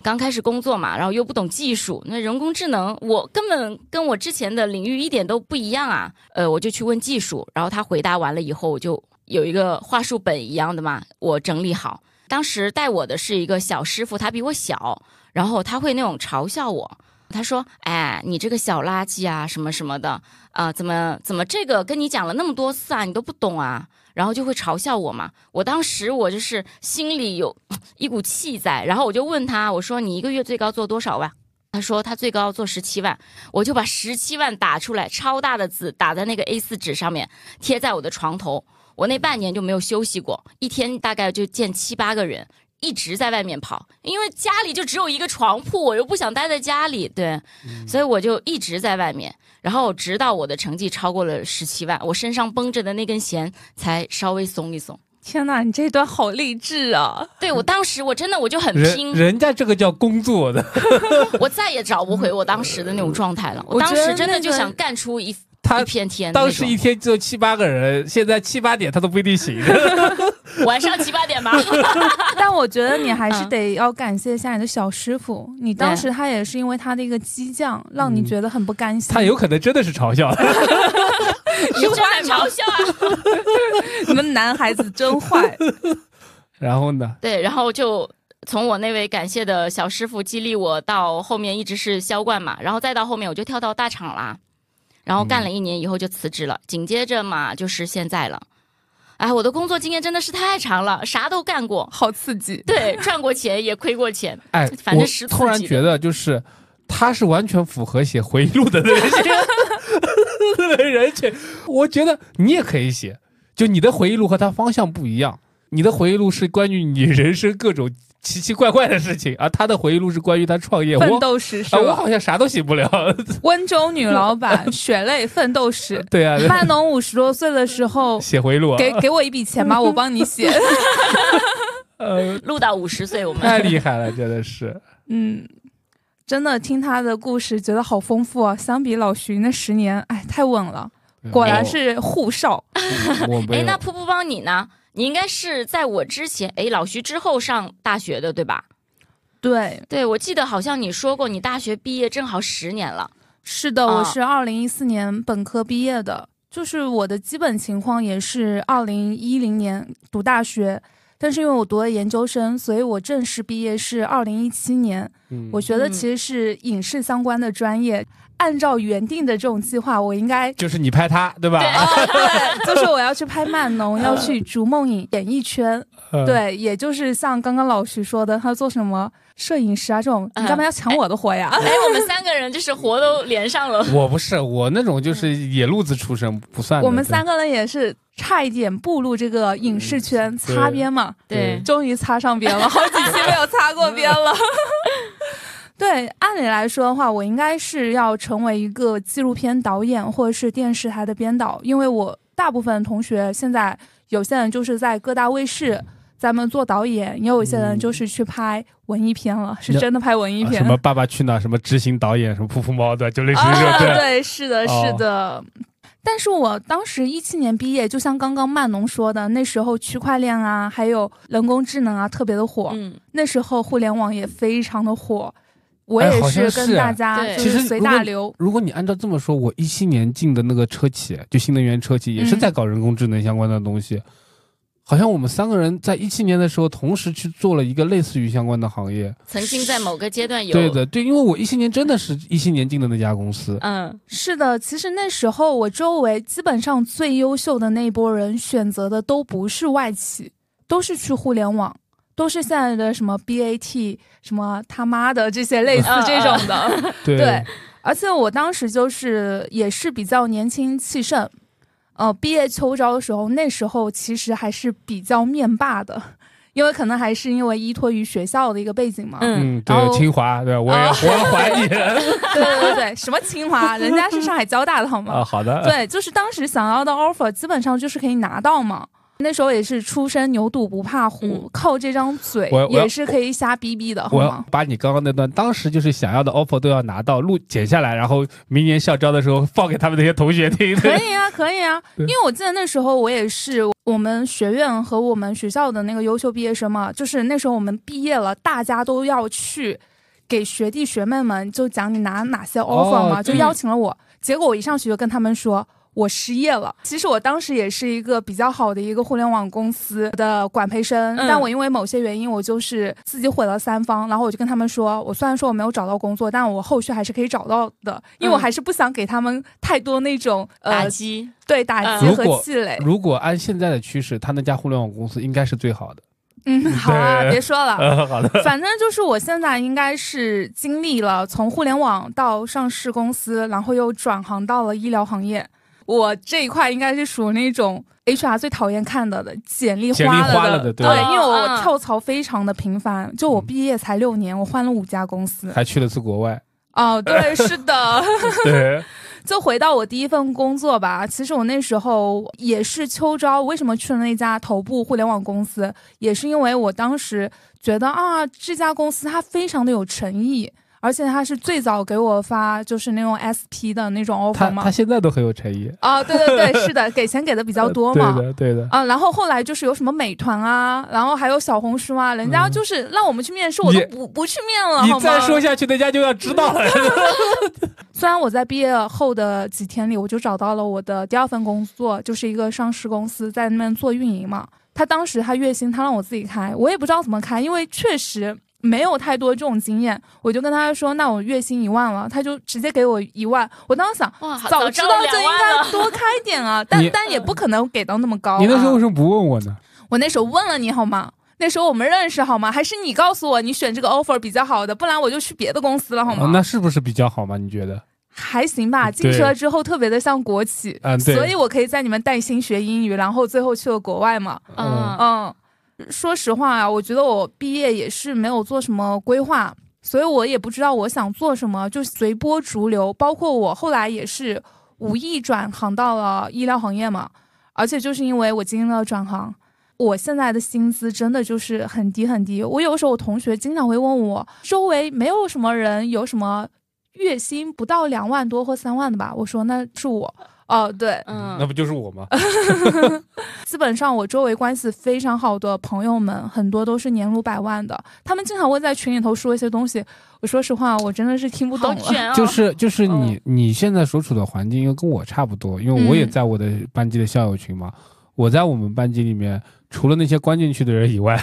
S3: 刚开始工作嘛，然后又不懂技术，那人工智能我根本跟我之前的领域一点都不一样啊。呃，我就去问技术，然后他回答完了以后，我就有一个话术本一样的嘛，我整理好。当时带我的是一个小师傅，他比我小，然后他会那种嘲笑我，他说：“哎，你这个小垃圾啊，什么什么的啊、怎么怎么这个跟你讲了那么多次啊，你都不懂啊。”然后就会嘲笑我嘛。我当时我就是心里有一股气在，然后我就问他：“我说你一个月最高做多少万？”他说他最高做十七万，我就把十七万打出来，超大的字打在那个 A 4纸上面，贴在我的床头。我那半年就没有休息过，一天大概就见七八个人，一直在外面跑，因为家里就只有一个床铺，我又不想待在家里，对，
S2: 嗯
S3: 所以我就一直在外面。然后直到我的成绩超过了十七万，我身上绷着的那根弦才稍微松一松。
S2: 天哪，你这段好励志啊！
S3: 对我当时我真的我就很
S5: 人
S3: 拼，
S5: 人家这个叫工作的，
S3: 我再也找不回我当时的那种状态了。
S2: 我
S3: 我当
S2: 觉得
S3: 时真的
S2: 那
S3: 就
S2: 个
S3: 想干出一
S4: 他
S3: 一片天的那
S4: 当
S3: 种。
S4: 时一天就七八个人，现在七八点他都不一
S3: (laughs)
S4: 定行。
S3: 晚上七八点
S4: (laughs)
S3: 吧。
S2: (laughs) 但我觉得你还是
S3: 嗯
S2: 得要感谢一下你的小师傅，你当
S3: 对
S2: 时他也是因为他的一个激将，让你
S4: 嗯
S2: 觉得很不甘心。
S5: 他有可能真的是嘲笑的。
S3: (laughs) 你真的嘲笑啊？
S2: 你们男孩子真坏，
S4: 然后呢？
S3: 对，然后就从我那位感谢的小师傅激励我，到后面一直是销冠嘛，然后再到后面我就跳到大厂啦，然后干
S4: 嗯
S3: 了一年以后就辞职了，紧接着嘛就是现在了。哎，我的工作经验真的是太长了，啥都干过，
S2: 好刺
S4: (laughs)
S2: 激。
S3: 对，赚过钱也亏过钱，
S4: 哎，
S3: 反正十
S4: 我突然
S3: 次级的
S4: 觉得就是。他是完全符合写回忆录的那个人那个人群，我觉得你也可以写，就你的回忆录和他方向不一样，你的回忆录是关于你人生各种奇奇怪怪的事情，而他的回忆录是关于他创哎业。我
S2: 奋斗史是
S4: 啊，我
S2: 吧？
S4: 好像啥都写不了。
S2: 温州女老板，血泪奋斗史。
S4: 对啊，
S2: 曼农五十多岁的时
S4: (laughs)
S2: 候，
S4: 写回忆录啊，
S2: 给给我一笔钱吧，我帮你写。 (laughs)
S4: 呃，
S3: 录到五十 (laughs) 岁，我
S4: 太
S3: 们哎
S4: 厉害了，真的是。
S2: 嗯，真的听他的故事，觉得好丰富啊。相比老徐那十年，哎，太稳了， (laughs)
S4: 嗯
S2: 果然是护少。
S4: 我没
S3: 哎，
S4: 有
S3: 那噗噗帮你呢？你应该是在我之前，哎，老徐之后上大学的，对吧？
S2: 对，
S3: 对，我记得好像你说过，你大学毕业正好十年了。
S2: 是的，我
S3: 啊
S2: 是二零一四年本科毕业的，就是我的基本情况也是二零一零年读大学，但是因为我读了研究生，所以我正式毕业是二零一七年。
S4: 嗯
S2: 我学的
S3: 嗯
S2: 其实是影视相关的专业，按照原定的这种计划，我应该
S4: 就是你拍他，对吧？
S2: 哦
S4: (laughs)
S2: 就是我要去拍慢农，要去逐梦影演艺圈，
S4: 呃，
S2: 对，也就是像刚刚老徐说的，他做什么摄影师啊这种，你干嘛要抢我的活
S4: 嗯
S2: 呀？
S3: 哎，我们三个人就是活都连上了。
S4: 我不是我那种就是野路子出身，不算的。
S2: 我们
S4: 对
S2: 三个人也是差一点步入这个影视圈
S4: 嗯对
S2: 擦边嘛，
S4: 对
S2: 终于擦上边了，好几期没有擦过边了。对，按理来说的话，我应该是要成为一个纪录片导演或者是电视台的编导，因为我大部分同学现在有些人就是在各大卫视。咱们做导演，也有一些人就是去拍文艺片了，是
S4: 那
S2: 真的拍文艺
S4: 啊
S2: 片。(laughs)
S4: 什么《爸爸去哪儿》什么执行导演什么噗噗猫的，就类似于这种。
S2: 啊，
S4: 对
S2: 对，是的，
S4: 哦
S2: 是的。但是我当时一七年毕业，就像刚刚曼农说的，那时候区块链啊，还有人工智能啊，特别的火。
S3: 嗯，
S2: 那时候互联网也非常的火，我
S4: 哎
S2: 也
S4: 好像
S2: 跟
S4: 是
S2: 大
S4: 啊
S2: 家
S3: 对
S2: 就
S4: 其
S2: 是
S4: 实
S2: 随
S4: 如
S2: 大
S4: 果
S2: 流。
S4: 如果你按照这么说，我一七年进的那个车企，就新能源车企，也是
S2: 嗯
S4: 在搞人工智能相关的东西。好像我们三个人在一七年的时候，同时去做了一个类似于相关的行业。
S3: 曾经在某个阶段有。
S4: 对。的，对，因为我一七年真的是一七年进的那家公司。
S3: 嗯，
S2: 是的，其实那时候我周围基本上最优秀的那一波人选择的都不是外企，都是去互联网，都是现在的什么 BAT、什么他妈的这些类似
S3: 嗯
S2: 这种的。(laughs)
S4: 对
S2: 对 (laughs) 而且我当时就是也是比较年轻气盛，呃，毕业秋招的时候，那时候其实还是比较面霸的，因为可能还是因为依托于学校的一个背景嘛。
S3: 嗯
S4: 嗯，
S2: 然后
S4: 对，清华，对，我也要
S2: 啊
S4: 我要还
S2: (laughs)
S4: 你 (laughs)
S2: 对对对对，什么清华，人家是上海交大的好吗？
S4: 啊！好的，
S2: (laughs) 对，就是当时想要的 offer，基本上就是可以拿到嘛。那时候也是初生牛犊不怕虎，
S3: 嗯
S2: 靠这张嘴
S4: 我要我要
S2: 也是可以瞎逼逼的，好
S4: 我要
S2: 吗？
S4: 把你刚刚那段当时就是想要的 offer 都要拿到录剪下来，然后明年校招的时候放给他们那些同学听。 (laughs)
S2: 可
S4: 对，
S2: 以啊，可以啊，
S4: 对
S2: 因为我记得那时候我也是我们学院和我们学校的那个优秀毕业生嘛，就是那时候我们毕业了，大家都要去给学弟学妹们就讲你拿哪些 offer 嘛，
S4: 哦
S2: 就邀请了我。结果我一上去就跟他们说，我失业了。其实我当时也是一个比较好的一个互联网公司的管培生，
S3: 嗯
S2: 但我因为某些原因，我就是自己毁了三方。然后我就跟他们说，我虽然说我没有找到工作，但我后续还是可以找到的，因为
S4: 嗯
S2: 我还是不想给他们太多那种
S3: 打
S2: 呃
S3: 击，嗯
S2: 对打击
S4: 如
S2: 和
S4: 果
S2: 气馁。
S4: 如果按现在的趋势，他那家互联网公司应该是
S2: (laughs)
S4: 最好的。
S2: 嗯，好啊，别说了。
S5: 呃，好的，
S2: 反正就是我现在应该是经历了从互联网到上市公司，然后又转行到了医疗行业。我这一块应该是属于那种 HR 最讨厌看到的简历
S5: 简历
S2: 花
S5: 花
S2: 了
S5: 了的对
S2: 对，因为我
S3: 嗯
S2: 跳槽非常的频繁，就我毕业才六年，我换了五家公司。
S4: 还去了次国
S2: (laughs)
S4: 外，
S2: 哦，对，是的。
S5: 对，
S2: 就回到我第一份工作吧，其实我那时候也是秋招，为什么去了那家头部互联网公司，也是因为我当时觉得啊，这家公司它非常的有诚意，而且它是最早给我发就是那种 SP 的那种
S4: 他
S2: offer
S4: 他
S2: 嘛。
S4: 现在都很有诚意，
S2: 啊，对对对，是的，给钱给
S4: (laughs)
S2: 的比较多嘛。
S4: 呃对的对的。
S2: 啊，然后后来就是有什么美团啊，然后还有小红书啊，人家
S4: 嗯
S2: 就是让我们去面试，我都
S5: 也
S2: 不不去面了，好
S5: 你
S2: 吗？
S5: 再说下去，大家就要知道
S2: (laughs)
S5: 了。
S2: 虽然我在毕业后的几天里，我就找到了我的第二份工作，就是一个上市公司，在那边做运营嘛。他当时他月薪，他让我自己开，我也不知道怎么开，因为确实没有太多这种经验。我就跟他说，那我月薪一万了，他就直接给我一万。我当时想，
S3: 哇，
S2: 早知
S3: 知
S2: 道
S3: 道
S2: 就
S3: 这
S2: 应该多开点啊，
S4: (laughs)
S2: 但
S4: 你
S2: 但也不可能给到那么高、啊。
S4: 你那时候为什么不问我呢？
S2: 我那时候问了你好吗？那时候我们认识好吗？还是你告诉我你选这个 offer 比较好的，不然我就去别的公司了好吗？
S4: 哦那是不是比较好嘛？你觉得？
S2: 还行吧，
S4: 嗯
S2: 进
S4: 对
S2: 去了之后特别的像国企，
S4: 嗯对
S2: 所以我可以在你们带薪学英语，然后最后去了国外嘛，
S3: 嗯
S2: 嗯，说实话啊，我觉得我毕业也是没有做什么规划，所以我也不知道我想做什么，就随波逐流，包括我后来也是无意转行到了医疗行业嘛，而且就是因为我经历了转行。我现在的薪资真的就是很低很低。我有时候我同学经常会问我，周围没有什么人有什么月薪不到两万多或三万的吧？我说那是我。哦，对，
S4: 那
S3: 嗯
S4: 不就是我吗？
S2: 基本上我周围关系非常好的朋友们，很多都是年入百万的。他们经常会在群里头说一些东西，我说实话，我真的是听不
S3: 好
S2: 懂了。
S3: 卷哦，
S4: 就是就是你你现在所处的环境，因为跟我差不多，因为我也
S2: 嗯
S4: 在我的班级的校友群嘛。我在我们班级里面，除了那些关进去的 (laughs) 人以外，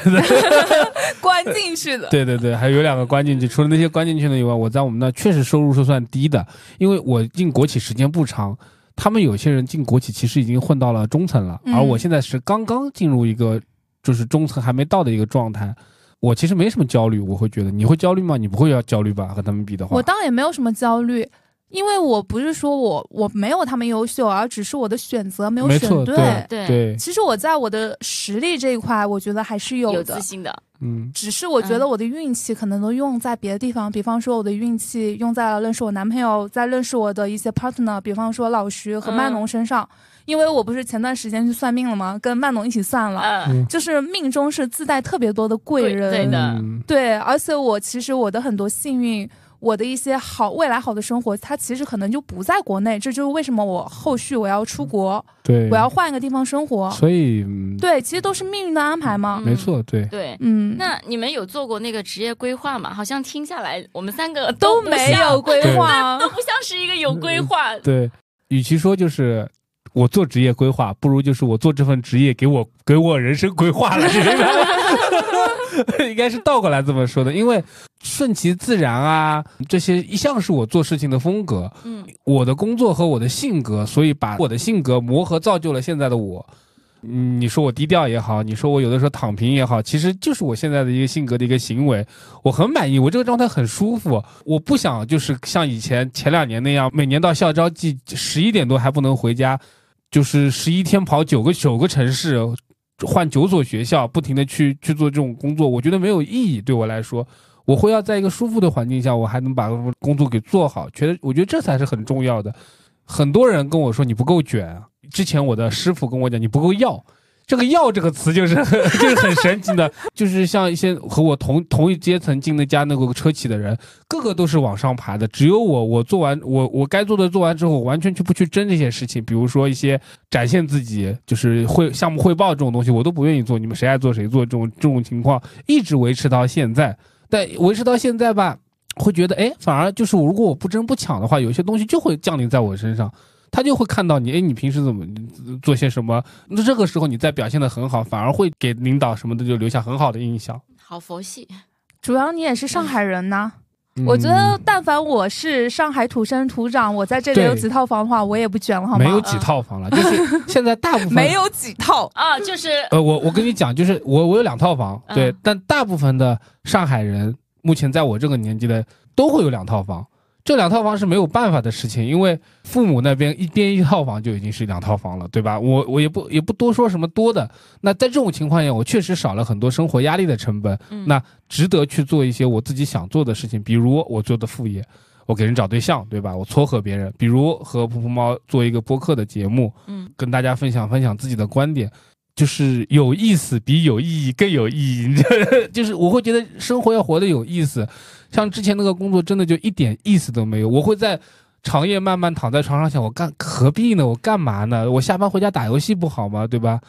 S2: 关进去的，
S4: 对对对，还有两个关进去。除了那些关进去的以外，我在我们那确实收入是算低的，因为我进国企时间不长。他们有些人进国企其实已经混到了中层了，
S2: 嗯
S4: 而我现在是刚刚进入一个就是中层还没到的一个状态。我其实没什么焦虑，我会觉得你会焦虑吗？你不会要焦虑吧？和他们比的话，
S2: 我倒也没有什么焦虑。因为我不是说我我没有他们优秀，而只是我的选择没有
S4: 没
S2: 选
S4: 错，
S2: 对。
S4: 对
S3: 对
S2: 其实我在我的实力这一块，我觉得还是有
S3: 有
S2: 的
S3: 自。信的，
S4: 嗯，
S2: 只是我觉得我的运气可能都用在别的地方，比方说我的运气用在了认识我男朋友，在认识我的一些 partner，比方说老徐和
S3: 嗯
S2: 曼农身上，因为我不是前段时间去算命了吗？跟曼农一起算了，(laughs)
S3: 嗯，
S2: 就是命中是自带特别多的贵人，
S3: 对的
S4: 嗯
S2: 对而且我其实我的很多幸运。我的一些好未来好的生活，它其实可能就不在国内，这就是为什么我后续我要出国，
S4: 对，
S2: 我要换一个地方生活。
S4: 所以嗯，
S2: 对，其实都是命运的安排嘛。
S4: 没错，对，
S3: 对。
S2: 嗯，
S3: 那你们有做过那个职业规划吗？好像听下来，我们三个
S2: 都
S3: 不
S2: 没
S3: 像
S2: 有，规
S4: 对
S2: 划，啊
S3: 都不像是一个有规划。
S4: 嗯对，与其说就是我做职业规划，不如就是我做这份职业给我给我人生规划了，是吧 (laughs) 应该是倒过来这么说的，因为顺其自然啊，这些一向是我做事情的风格，
S3: 嗯，
S4: 我的工作和我的性格，所以把我的性格磨合造就了现在的我。嗯，你说我低调也好，你说我有的时候躺平也好，其实就是我现在的一个性格的一个行为，我很满意，我这个状态很舒服。我不想就是像以前前两年那样，每年到校招季十一点多还不能回家，就是十一天跑九个九个城市，换九所学校，不停的去去做这种工作，我觉得没有意义。对我来说，我会要在一个舒服的环境下，我还能把工作给做好，觉得我觉得这才是很重要的。很多人跟我说你不够卷，啊之前我的师傅跟我讲你不够要。这个“要”这个词就是就是很神奇的，就是像一些和我同同一阶层进那家那个车企的人，个个都是往上爬的，只有我，我做完我我该做的做完之后，我完全去不去争这些事情，比如说一些展现自己，就是汇项目汇报这种东西，我都不愿意做，你们谁爱做谁做这种这种情况，一直维持到现在。但维持到现在吧，会觉得哎，诶反而就是我如果我不争不抢的话，有些东西就会降临在我身上。他就会看到你，哎，你平时怎么你做些什么？那这个时候你再表现的很好，反而会给领导什么的就留下很好的印象。
S3: 好佛系，
S2: 主要你也是上海人呐、我觉得，但凡我是上海土生土长，我在这里
S4: 对
S2: 有几套房的话，我也不卷了，好吗？
S4: 没有几套房了，就是现在大部分
S2: 没有几套，
S3: 啊，就是
S4: 呃，我我跟你讲，就是我我有两套房，
S3: 嗯
S4: 对，但大部分的上海人目前在我这个年纪的都会有两套房，这两套房是没有办法的事情，因为父母那边一边一套房就已经是两套房了，对吧？我我也不也不多说什么多的，那在这种情况下，我确实少了很多生活压力的成本，
S3: 嗯
S4: 那值得去做一些我自己想做的事情，比如我做的副业。我给人找对象，对吧？我撮合别人，比如和噗噗猫做一个播客的节目，
S3: 嗯，
S4: 跟大家分享分享自己的观点，就是有意思比有意义更有意义， (laughs) 你知道吗就是我会觉得生活要活得有意思。像之前那个工作真的就一点意思都没有，我会在长夜漫漫躺在床上想，我干何必呢？我干嘛呢？我下班回家打游戏不好吗？对吧？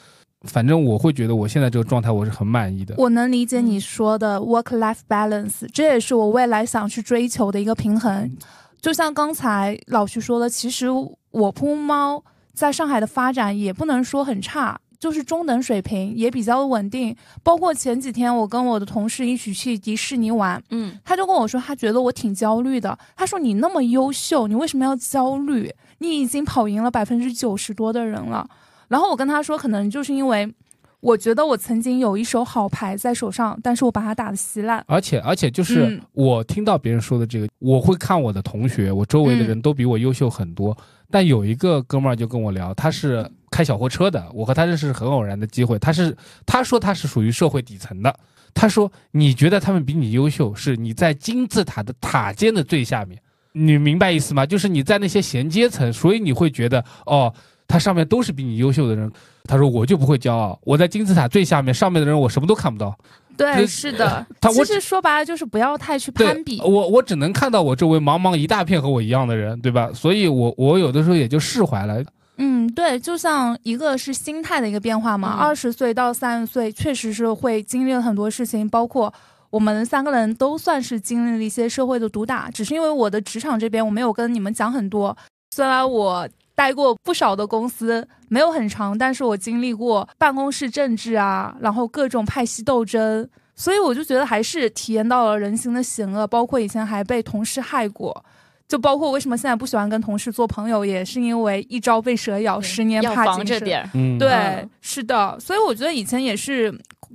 S4: 反正我会觉得我现在这个状态我是很满意的。
S2: 我能理解你说的 work life balance，这也是我未来想去追求的一个平衡。就像刚才老徐说的，其实我噗猫在上海的发展也不能说很差，就是中等水平，也比较稳定。包括前几天我跟我的同事一起去迪士尼玩，
S3: 嗯
S2: 他就跟我说，他觉得我挺焦虑的。他说：“你那么优秀，你为什么要焦虑？你已经跑赢了百分之九十多的人了。”然后我跟他说，可能就是因为我觉得我曾经有一手好牌在手上，但是我把它打得稀烂。
S4: 而且而且就是
S2: 嗯
S4: 我听到别人说的这个，我会看我的同学，我周围的人都比我优秀很多。但有一个哥们儿就跟我聊，他是开小货车的，我和他认识是很偶然的机会。他是他说他是属于社会底层的，他说你觉得他们比你优秀，是你在金字塔的塔尖的最下面，你明白意思吗？就是你在那些衔接层，所以你会觉得哦。他上面都是比你优秀的人，他说我就不会骄傲，我在金字塔最下面，上面的人我什么都看不到。
S2: 对，
S4: 对
S2: 是的。
S4: 他我
S2: 其实说白了就是不要太去
S4: 对
S2: 攀比。
S4: 我我只能看到我周围茫茫一大片和我一样的人，对吧？所以我我有的时候也就释怀了。
S2: 嗯，对，就像一个是心态的一个变化嘛，
S3: 嗯
S2: 二十、岁到三十岁确实是会经历了很多事情，包括我们三个人都算是经历了一些社会的毒打，只是因为我的职场这边我没有跟你们讲很多，虽然我。待过不少的公司，没有很长，但是我经历过办公室政治啊，然后各种派系斗争，所以我就觉得还是体验到了人心的险恶，包括以前还被同事害过，就包括为什么现在不喜欢跟同事做朋友，也是因为一朝被蛇咬，哦十年
S3: 嗯要
S2: 怕
S3: 防
S2: 井
S3: 着
S2: 绳
S3: 点儿，
S4: 嗯，
S2: 对，
S3: 嗯
S2: 是的，所以我觉得以前也是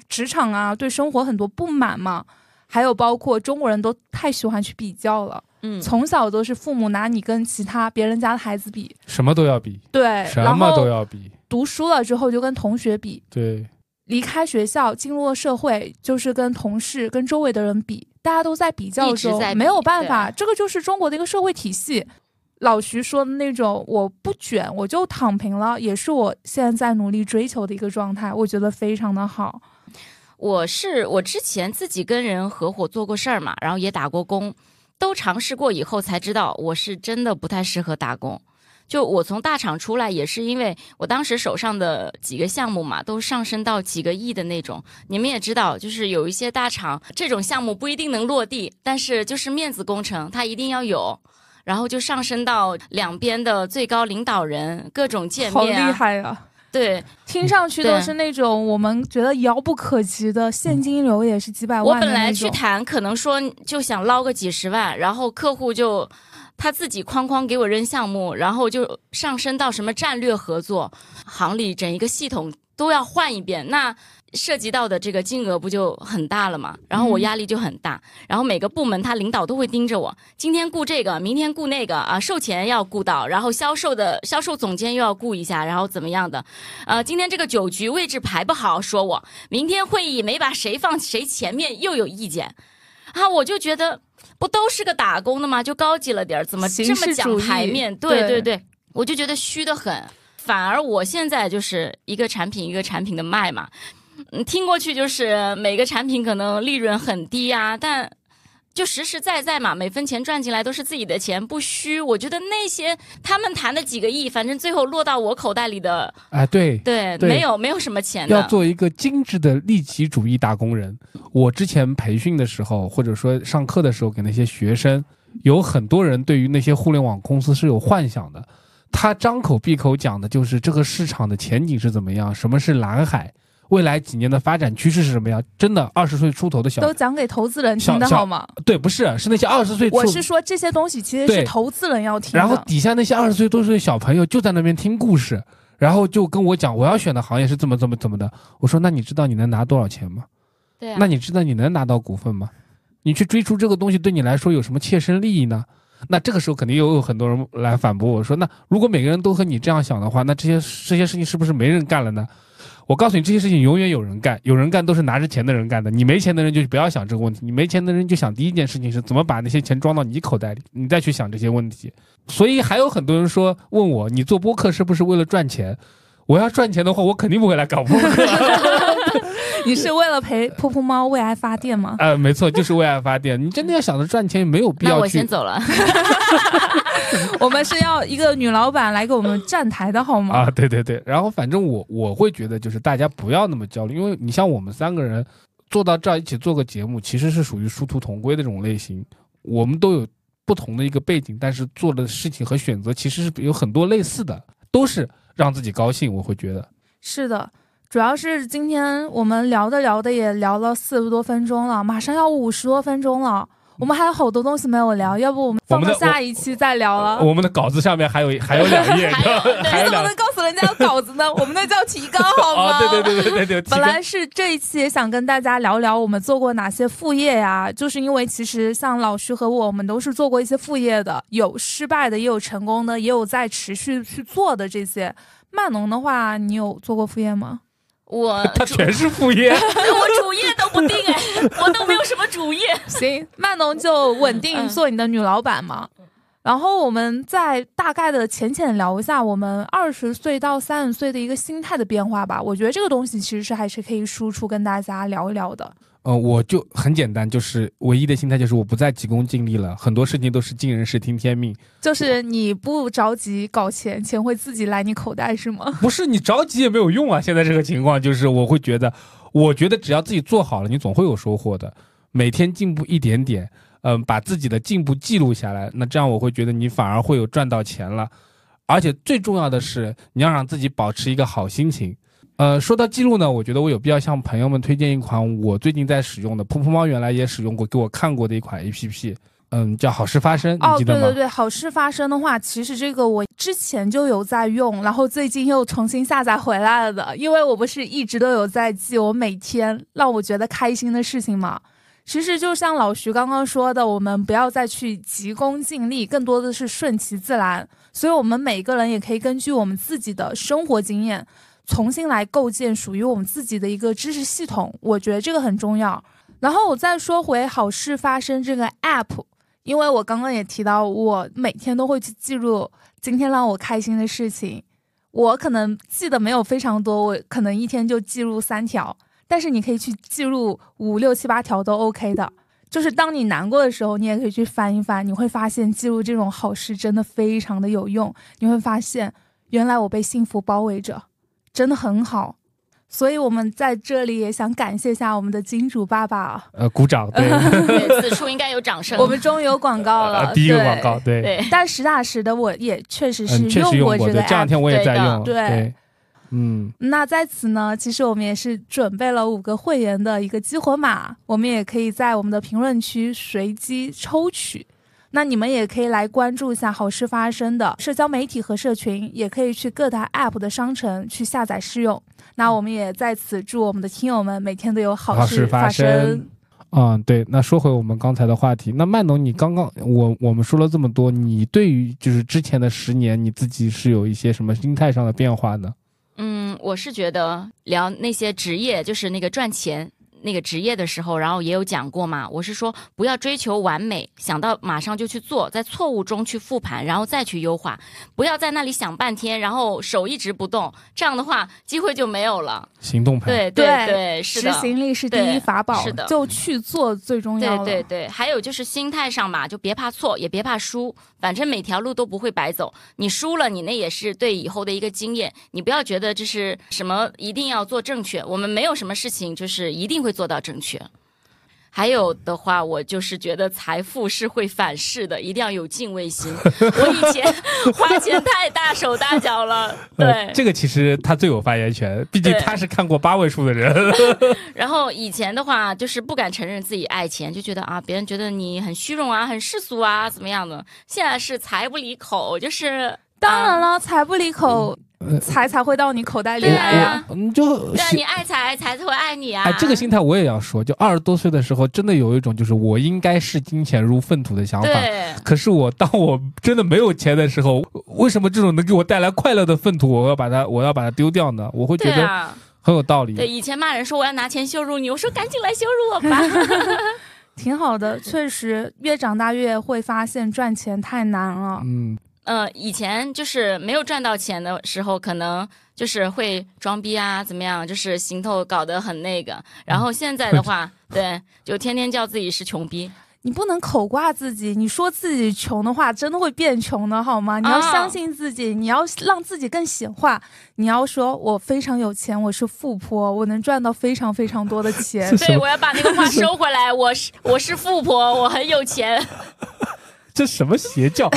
S2: 职场啊，对生活很多不满嘛，还有包括中国人都太喜欢去比较了，
S3: 嗯，
S2: 从小都是父母拿你跟其他别人家的孩子比，
S4: 什么都要比，
S2: 对，
S4: 什
S2: 然
S4: 么都
S2: 后
S4: 要比，
S2: 读书了之后就跟同学比，
S4: 对，
S2: 离开学校进入了社会，就是跟同事、跟周围的人比，大家都在比较
S3: 一直
S2: 中
S3: 在，比啊
S2: 没有办法，这个就是中国的一个社会体系。老徐说的那种我不卷，我就躺平了，也是我现在努力追求的一个状态，我觉得非常的好。
S3: 我是我之前自己跟人合伙做过事儿嘛，然后也打过工，都尝试过以后才知道，我是真的不太适合打工。就我从大厂出来，也是因为我当时手上的几个项目嘛，都上升到几个亿的那种。你们也知道，就是有一些大厂这种项目不一定能落地，但是就是面子工程，它一定要有。然后就上升到两边的最高领导人，各种见
S2: 好厉
S3: 面啊，
S2: 害啊！
S3: 对，
S2: 听上去都
S3: 对
S2: 是那种我们觉得遥不可及
S4: 嗯
S2: 的现金流，也是几百
S3: 我
S2: 万的
S3: 本来
S2: 那
S3: 去
S2: 种。
S3: 谈，可能说就想捞个几十万，然后客户就他自己哐哐给我扔项目，然后就上升到什么战略合作，行里整一个系统都要换一遍，那涉及到的这个金额不就很大了嘛？然后我
S2: 嗯
S3: 压力就很大，然后每个部门他领导都会盯着我，今天顾这个，明天顾那个啊，售前要顾到，然后销售的销售总监又要顾一下，然后怎么样的？呃，今天这个酒局位置排不好，说我明天会议没把谁放谁前面又有意见，啊，我就觉得不都是个打工的吗？就高级了点儿，怎么这
S2: 形式
S3: 么讲
S2: 主义
S3: 牌面？对
S2: 对
S3: 对对，我就觉得虚的很。反而我现在就是一个产品一个产品的卖嘛，嗯，听过去就是每个产品可能利润很低啊，但就实实在在嘛，每分钱赚进来都是自己的钱，不虚。我觉得那些他们谈的几个亿，反正最后落到我口袋里的，
S4: 哎，对，
S3: 对，
S4: 对
S3: 没有没有什么钱
S4: 要
S3: 的。
S4: 做一个精致的利己主义打工人。我之前培训的时候，或者说上课的时候，给那些学生，有很多人对于那些互联网公司是有幻想的。他张口闭口讲的就是这个市场的前景是怎么样，什么是蓝海，未来几年的发展趋势是什么样。真的，二十岁出头的小
S2: 都讲给投资人听的
S4: 小小
S2: 好吗？
S4: 对，不是是那些二十岁出
S2: 我是说这些东西其实
S4: 对
S2: 是投资人要听的。
S4: 然后底下那些二十岁多岁的小朋友就在那边听故事，然后就跟我讲我要选的行业是怎么怎么怎么的。我说那你知道你能拿多少钱吗？
S3: 对啊
S4: 那，你知道你能拿到股份吗？你去追逐这个东西对你来说有什么切身利益呢？那这个时候肯定又有很多人来反驳我说，那如果每个人都和你这样想的话，那这些这些事情是不是没人干了呢？我告诉你，这些事情永远有人干，有人干都是拿着钱的人干的。你没钱的人就不要想这个问题，你没钱的人就想第一件事情是怎么把那些钱装到你口袋里，你再去想这些问题。所以还有很多人说问我，你做播客是不是为了赚钱？我要赚钱的话，我肯定不会来搞播客。 (laughs)
S2: 你是为了陪噗噗猫为爱发电吗？
S4: 呃，没错，就是为爱发电。你真的要想着赚钱，没有必
S3: 那
S4: 要
S3: 我
S4: 去
S3: 先。走了。
S2: 我们是要一个女老板来给我们站台的好吗？
S4: 啊，对对对，然后反正我我会觉得就是大家不要那么焦虑，因为你像我们三个人坐到这儿一起做个节目，其实是属于殊途同归的这种类型。我们都有不同的一个背景，但是做的事情和选择其实是有很多类似的，都是让自己高兴。我会觉得，
S2: 是的，主要是今天我们聊着聊着也聊了四十多分钟了，马上要五十多分钟了，我们还有好多东西没有聊，要不我们
S4: 我
S2: 放
S4: 们
S2: 到
S4: 的
S2: 下一期再聊了。
S4: 我们的稿子上面还有还有两页，
S3: 还有对
S4: 还有
S2: 怎么
S4: 两
S2: 能告诉人家有稿子呢？我们那叫提纲好吗？
S4: (laughs) 啊，对对对对对对，提
S2: 本
S4: 纲
S2: 来是这一期也想跟大家聊聊我们做过哪些副业呀，就是因为其实像老徐和我，我们都是做过一些副业的，有失败的，也有成功的，也有在持续去做的这些。曼农的话，你有做过副业吗？
S3: 我 (laughs)
S4: 它
S3: 主
S4: 全是副业。
S3: 我主业都不定哎，我都没有什么主业。
S2: 行，曼农就稳定
S3: 嗯
S2: 做你的女老板嘛。然后我们再大概的浅浅聊一下我们二十岁到三十岁的一个心态的变化吧。我觉得这个东西其实是还是可以输出跟大家聊一聊的。
S4: 呃，我就很简单，就是唯一的心态就是我不再急功近利了，很多事情都是尽人事听天命。
S2: 就是你不着急搞钱，钱会自己来你口袋是吗？
S4: 不是你着急也没有用啊！现在这个情况就是，我会觉得，我觉得只要自己做好了，你总会有收获的。每天进步一点点，嗯，把自己的进步记录下来，那这样我会觉得你反而会有赚到钱了。而且最重要的是，你要让自己保持一个好心情。呃，说到记录呢，我觉得我有必要向朋友们推荐一款我最近在使用的，噗噗猫原来也使用过，给我看过的一款 A P P，嗯，叫好事发生，
S2: 哦
S4: 你，记得
S2: 对
S4: 吗？
S2: 对对，好事发生的话，其实这个我之前就有在用，然后最近又重新下载回来了的，因为我不是一直都有在记我每天让我觉得开心的事情嘛。其实就像老徐刚刚说的，我们不要再去急功近利，更多的是顺其自然。所以，我们每个人也可以根据我们自己的生活经验，重新来构建属于我们自己的一个知识系统。我觉得这个很重要。然后我再说回好事发生这个 app，因为我刚刚也提到，我每天都会去记录今天让我开心的事情。我可能记得没有非常多，我可能一天就记录三条，但是你可以去记录五六七八条都 OK 的。就是当你难过的时候，你也可以去翻一翻，你会发现记录这种好事真的非常的有用。你会发现，原来我被幸福包围着，真的很好。所以我们在这里也想感谢一下我们的金主爸爸啊，
S4: 呃，鼓掌，
S2: (laughs)
S4: 对，
S3: 对此处应该有掌声。
S2: 我们终于有广告了
S4: (laughs) 呃，第一个
S2: 对
S4: 广告，对，
S3: 对，
S2: 但实打实的，我也确实是
S4: 嗯，确实
S2: 用
S4: 用
S2: 过这个
S4: 对，这两
S2: app。
S4: 天我也
S3: 对
S4: 在
S3: 的
S4: 用，
S2: 对
S4: 嗯，
S2: 那在此呢，其实我们也是准备了五个会员的一个激活码，我们也可以在我们的评论区随机抽取。那你们也可以来关注一下好事发生的社交媒体和社群，也可以去各大 app 的商城去下载试用。那我们也在此祝我们的听友们每天都有好
S4: 好
S2: 事
S4: 事发
S2: 发生
S4: 生。嗯，对。那说回我们刚才的话题，那曼农，你刚刚我我们说了这么多，你对于就是之前的十年，你自己是有一些什么心态上的变化呢？
S3: 嗯，我是觉得聊那些职业，就是那个赚钱那个职业的时候，然后也有讲过嘛。我是说，不要追求完美，想到马上就去做，在错误中去复盘，然后再去优化，不要在那里想半天，然后手一直不动，这样的话机会就没有了。
S4: 行动派，
S3: 对对
S2: 对
S3: 对，是
S2: 执
S3: 的。
S2: 行力是第一
S3: 对
S2: 法宝，
S3: 是的
S2: 就去做最重要
S3: 对
S2: 了。
S3: 对对，还有就是心态上吧，就别怕错，也别怕输，反正每条路都不会白走。你输了，你那也是对以后的一个经验。你不要觉得这是什么一定要做正确，我们没有什么事情就是一定会做到正确。还有的话，我就是觉得财富是会反噬的，一定要有敬畏心。我以前 (laughs) 花钱太大手大脚了，对
S4: 呃，。这个其实他最有发言权，毕竟
S3: 对
S4: 他是看过八位数的人。
S3: 然后以前的话，就是不敢承认自己爱钱，就觉得啊，别人觉得你很虚荣啊，很世俗啊，怎么样的。现在是财不离口，就是
S2: 当然
S4: 嗯
S2: 了，财不离口
S4: 呃，
S2: 财才会到你口袋里
S3: 对
S2: 来呀、
S4: (laughs)
S3: 啊
S4: 你嗯就
S3: 对啊，你爱财，财才会爱你啊。
S4: 哎，这个心态我也要说，就二十多岁的时候，真的有一种就是我应该视金钱如粪土的想法。
S3: 对，啊
S4: 可是我当我真的没有钱的时候，为什么这种能给我带来快乐的粪土，我要把它我要把它丢掉呢？我会觉
S3: 对
S4: 得
S3: 啊，
S4: 很有道理。
S3: 对，以前骂人说我要拿钱羞辱你，我说赶紧来羞辱我
S4: 哎
S3: 吧。
S2: 挺好的。确实，越长大越会发现赚钱太难了。
S4: 嗯，
S3: 呃，以前就是没有赚到钱的时候，可能就是会装逼啊，怎么样，就是行头搞得很那个。然后现在的
S4: (laughs)
S3: 话，对，就天天叫自己是穷逼。
S2: 你不能口挂自己，你说自己穷的话，真的会变穷的，好吗？你要
S3: 啊
S2: 相信自己，你要让自己更显化。你要说我非常有钱，我是富婆，我能赚到非常非常多的钱
S4: (laughs) 这。什
S3: 对，
S4: 么
S3: 我要把那个话收回来。我
S4: (laughs)
S3: 是我是富婆，我很有钱。
S4: 这什么邪教？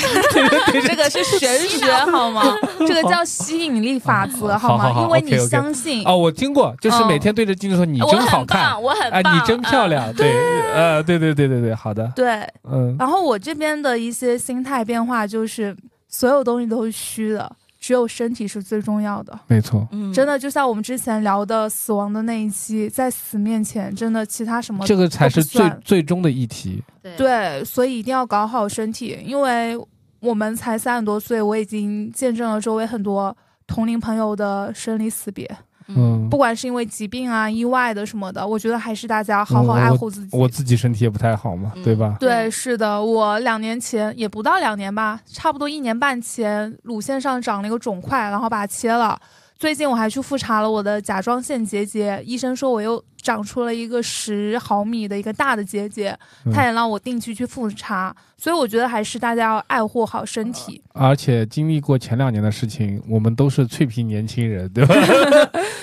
S2: 这个是玄
S4: (laughs)
S2: 学好吗？这个叫吸引力法则
S4: 啊好
S2: 好
S4: 好好
S2: 吗？因为你
S4: OK，OK
S2: 相信，
S4: 哦，我听过，就是每天对着镜子说你
S3: 我
S4: 真好
S3: 很
S4: 看，
S3: 棒，我很
S4: 哎，
S3: 棒，嗯
S4: 你真漂亮，对，呃，对对对对对，好的，
S2: 对。
S4: 嗯，
S2: 然后我这边的一些心态变化就是，所有东西都是虚的，只有身体是最重要的。
S4: 没错，
S3: 嗯。嗯，
S2: 真的，就像我们之前聊的死亡的那一期，在死面前，真的其他什么
S4: 这个才是最
S2: 都不算
S4: 最终的议题。
S3: 对
S2: 对，所以一定要搞好身体，因为我们才三十多岁，我已经见证了周围很多同龄朋友的生离死别，
S4: 嗯，
S2: 不管是因为疾病啊、意外的什么的，我觉得还是大家好好
S4: 嗯
S2: 爱护自己。
S4: 我自己身体也不太好嘛，
S3: 嗯
S4: 对吧？
S2: 对，是的，我两年前也不到两年吧，差不多一年半前，乳腺上长了一个肿块，然后把它切了。最近我还去复查了我的甲状腺结节，医生说我又长出了一个十毫米的一个大的结节，
S4: 嗯
S2: 他也让我定期去复查。所以我觉得还是大家要爱护好身体。
S4: 而且经历过前两年的事情，我们都是脆皮年轻人，
S2: (laughs)
S4: 对吧？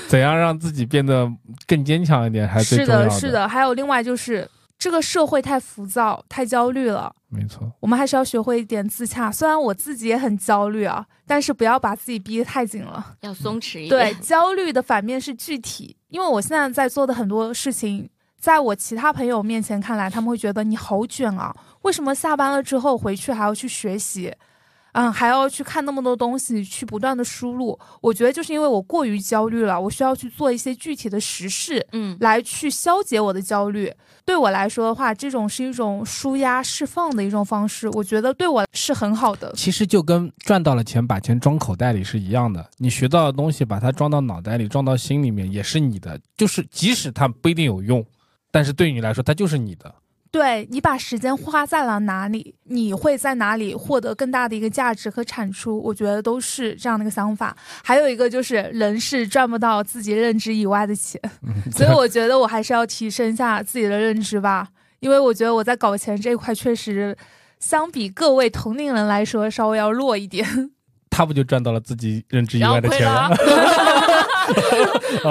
S4: 怎样让自己变得更坚强一点，呃还是最
S2: 是
S4: 重要
S2: 的，是
S4: 的，
S2: 的。还有另外就是，这个社会太浮躁、太焦虑了。
S4: 没错。
S2: 我们还是要学会一点自洽，虽然我自己也很焦虑啊，但是不要把自己逼得太紧了。
S3: 要松弛一
S2: 对
S3: 点。，
S2: 焦虑的反面是具体，因为我现在在做的很多事情，在我其他朋友面前看来，他们会觉得你好卷啊，为什么下班了之后回去还要去学习？嗯，还要去看那么多东西，去不断的输入。我觉得就是因为我过于焦虑了，我需要去做一些具体的实事
S3: 嗯，
S2: 来去消解我的焦虑。对我来说的话，这种是一种舒压释放的一种方式，我觉得对我是很好的。
S4: 其实就跟赚到了钱把钱装口袋里是一样的，你学到的东西把它装到脑袋里，装到心里面也是你的，就是即使它不一定有用，但是对你来说它就是你的。
S2: 对你把时间花在了哪里，你会在哪里获得更大的一个价值和产出，我觉得都是这样的一个想法。还有一个就是，人是赚不到自己认知以外的钱，所以
S4: (laughs)
S2: 我觉得我还是要提升一下自己的认知吧，因为我觉得我在搞钱这一块确实，相比各位同龄人来说稍微要弱一点， (laughs)
S4: 他不就赚到了自己认知以
S3: 然后
S4: 外的
S3: 亏
S4: 钱哦
S3: 了啊
S4: 吗？，
S3: (laughs)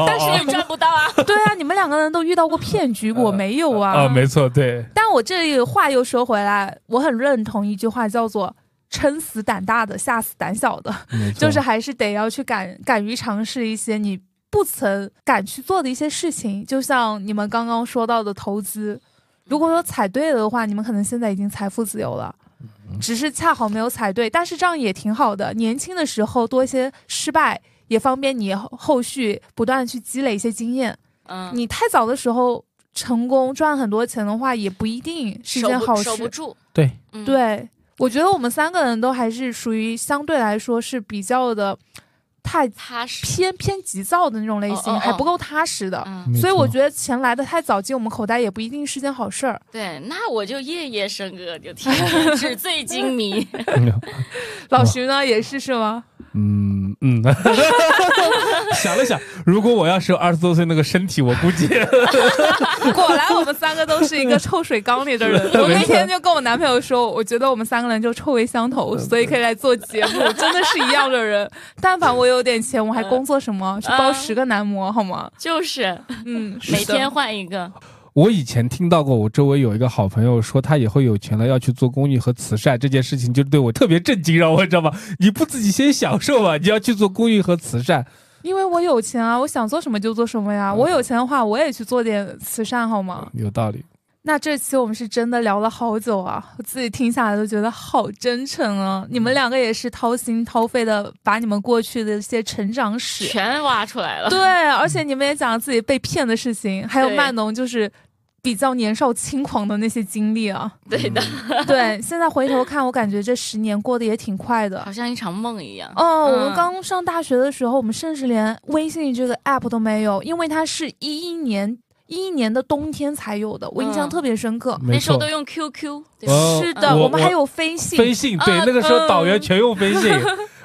S3: 但是也赚不
S2: (laughs)
S3: 到啊。
S2: 对啊，你们两个人都遇到过骗局，我没有 (laughs) 啊。
S4: 啊，没错，对，
S2: 但我这里话又说回来，我很认同一句话，叫做“撑死胆大的，吓死胆小的”，
S4: 没
S3: 嗯
S4: 错
S2: 就是还是得要去敢敢于尝试一些你不曾敢去做的一些事情。就像你们刚刚说到的投资，如果说踩对了的话，你们可能现在已经财富自由了。
S3: 嗯
S2: 只是恰好没有踩对，但是这样也挺好的。年轻的时候多一些失败，也方便你后后续不断地去积累一些经验。
S3: 嗯，
S2: 你太早的时候成功赚很多钱的话，也不一定是
S3: 守
S2: 件
S3: 不
S2: 好
S3: 守不
S2: 事。
S3: 住。
S4: 对，
S3: 嗯，
S2: 对，我觉得我们三个人都还是属于相对来说是比较的太
S3: 踏实。
S2: 偏偏急躁的那种类型，
S3: 哦哦哦
S2: 还不够踏实的。
S3: 嗯，
S4: 没
S2: 所以
S4: 错
S2: 我觉得钱来的太早，进我们口袋也不一定是件好事儿。
S3: 对，那我就夜夜笙歌，就
S2: (laughs)
S3: 天天纸醉金迷。 (laughs)
S4: (laughs)
S2: 老徐呢也是是吗？
S4: 嗯嗯， (laughs) 想了想，如果我要是有二十多岁那个身体，我估计
S2: (laughs) 果然我们三个都是一个臭水缸里的人。我那天就跟我男朋友说，我觉得我们三个人就臭味相
S4: 嗯
S2: 投，所以可以来做节目，真的是一样的人。但凡我有点钱，我还嗯工作什么？去包十个男模好吗？
S3: 就是
S2: 嗯，是
S3: 每
S2: 的
S3: 天换一个，
S4: 我以前听到过，我周围有一个好朋友说他以后有钱了要去做公益和慈善这件事情，就对我特别震惊，让我知道吗？你不自己先享受吗？你要去做公益和慈善，
S2: 因为我有钱啊，我想做什么就做什么呀。
S3: 嗯
S2: 我有钱的话，我也去做点慈善好吗？
S4: 有道理。
S2: 那这期我们是真的聊了好久啊，我自己听下来都觉得好真诚
S3: 嗯
S2: 啊！你们两个也是掏心掏肺的，把你们过去的一些成长史，
S3: 全挖出来了。
S2: 对，而且你们也讲了自己被骗的事情，还有
S3: 嗯对
S2: 曼农就是比较年少轻狂的那些经历啊。
S3: 对的，
S4: 嗯
S2: 对，现在回头看，我感觉这十年过得也挺快的
S3: 好。像一场梦一样。
S2: 哦，我
S3: 嗯
S2: 们刚上大学的时候，我们甚至连微信这个 app 都没有，因为它是一一年一一年的冬天才有的，我印象
S3: 嗯
S2: 特别深刻。
S4: (laughs) 没
S3: 那时候
S4: 错
S3: 都，用 QQ，对吧？
S4: 哦
S2: 是的，
S4: 我
S2: 我们还有飞信，
S4: 飞信，对，
S3: 啊
S4: 那个时候导员
S3: 嗯
S4: 全用飞信。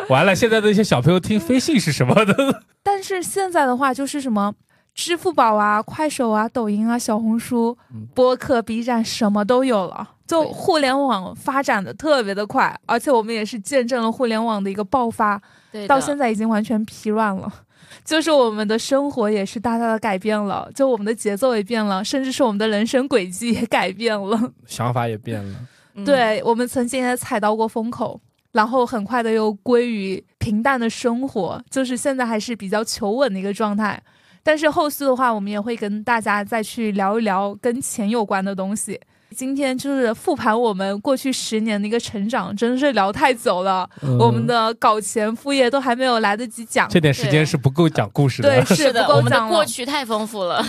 S4: 完了，现在的一些小朋友听飞信是什么 (laughs) 的？
S2: 但是现在的话就是什么。支付宝啊、快手啊、抖音啊、小红书、播客、B 站什么都有了，就
S3: 对
S2: 互联网发展的特别的快，而且我们也是见证了互联网的一个爆发，
S3: 对的，
S2: 到现在已经完全疲软了。 (laughs) 就是我们的生活也是大大的改变了，就我们的节奏也变了，甚至是我们的人生轨迹也改变了。
S4: 想法也变了。
S3: 嗯，
S2: 对我们曾经也踩到过风口，然后很快的又归于平淡的生活，就是现在还是比较求稳的一个状态。但是后续的话，我们也会跟大家再去聊一聊跟钱有关的东西。今天就是复盘我们过去十年的一个成长，真是聊太久了，
S4: 嗯
S2: 我们的搞钱副业都还没有来得及讲。
S4: 这点时间是不够讲故事的。
S2: 对，
S3: 是
S2: 不
S3: 的，
S2: 够
S3: 我们的
S2: 讲了
S3: 过。去太丰富了。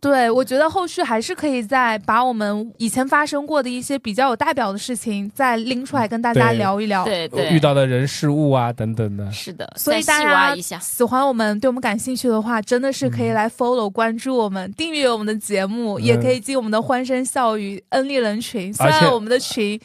S2: 对，我觉得后续还是可以再把我们以前发生过的一些比较有代表的事情再拎出来跟大家
S4: 对
S2: 聊一聊。
S3: 对对，
S4: 遇到的人事物啊等等的。
S3: 是的，
S2: 所以
S3: 再
S2: 大
S3: 细挖
S2: 家
S3: 一下。
S2: 喜欢我们，对我们感兴趣的话，真的是可以来 follow 关注我们，订阅我们的节目，
S4: 嗯
S2: 也可以进我们的欢声笑语恩利人群。虽
S4: 而且
S2: 然我们的群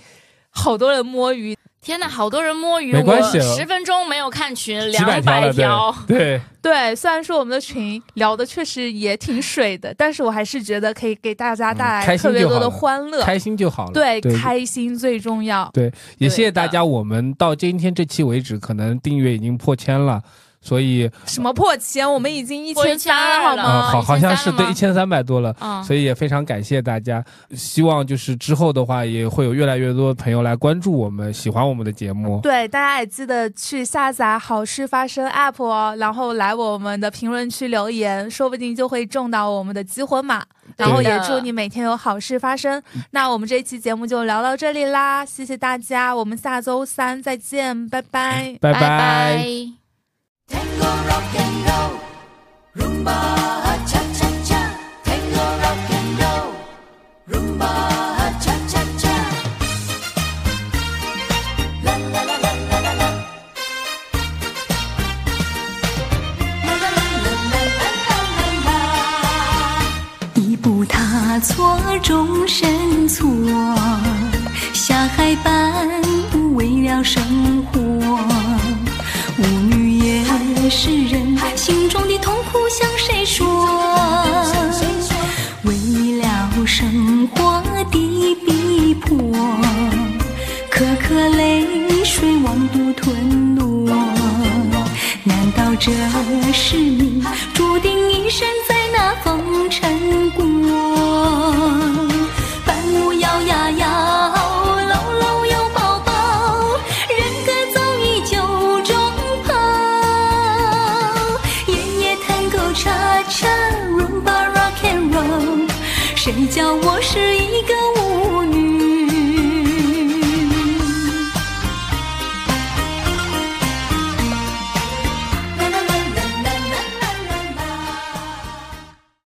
S2: 好多人摸鱼，
S3: 天哪，好多人摸鱼，
S4: 没关系了
S3: 我十分钟没有看群，
S4: 几百
S3: 两
S4: 条
S3: 百 (laughs)
S4: 了，对对，
S2: 对，虽然说我们的群聊的确实也挺水的，但是我还是觉得可以给大家带
S4: 嗯开
S2: 来
S4: 心
S2: 特
S4: 就
S2: 别多
S4: 好
S2: 的
S4: 了
S2: 欢乐。
S4: 开心就好了。
S2: 对，
S4: 对，
S2: 开心最重要。
S4: 也谢谢大家。我们到今天这期为止，可能订阅已经破千了，所以
S2: 什么破千？我们已经一千三
S3: 破
S2: 好
S3: 一千二了
S4: 啊、
S2: 吗？
S4: 好，好像是
S3: 1300
S4: 对
S3: 吗
S4: 一千三百多了。
S3: 啊，
S4: 所以也非常感谢大家，希望就是之后的话，也会有越来越多的朋友来关注我们，喜欢我们的节目。
S2: 对，大家也记得去下载好事发生 App 哦，然后来我们的评论区留言，说不定就会中到我们的激活码。然后也祝你每天有好事发生。那我们这一期节目就聊到这里啦，谢谢大家，我们下周三再见，拜拜。
S4: 拜
S3: 拜拜
S6: Tango rock and roll, rumba cha cha cha. Tango rock and roll, rumba cha cha cha. La la la la la la la. La la la la la la la la la.
S7: 一步踏错，终身错。下海般为了生活，舞女也是人，心中的痛苦向谁说？为了生活的逼迫，颗颗泪水往肚吞落。难道这是命注定一生在那风尘过？伴舞摇呀摇，搂搂有抱抱，人各早已九中抛。夜夜探戈叉叉，rumba rock and roll，谁叫我是一个舞女？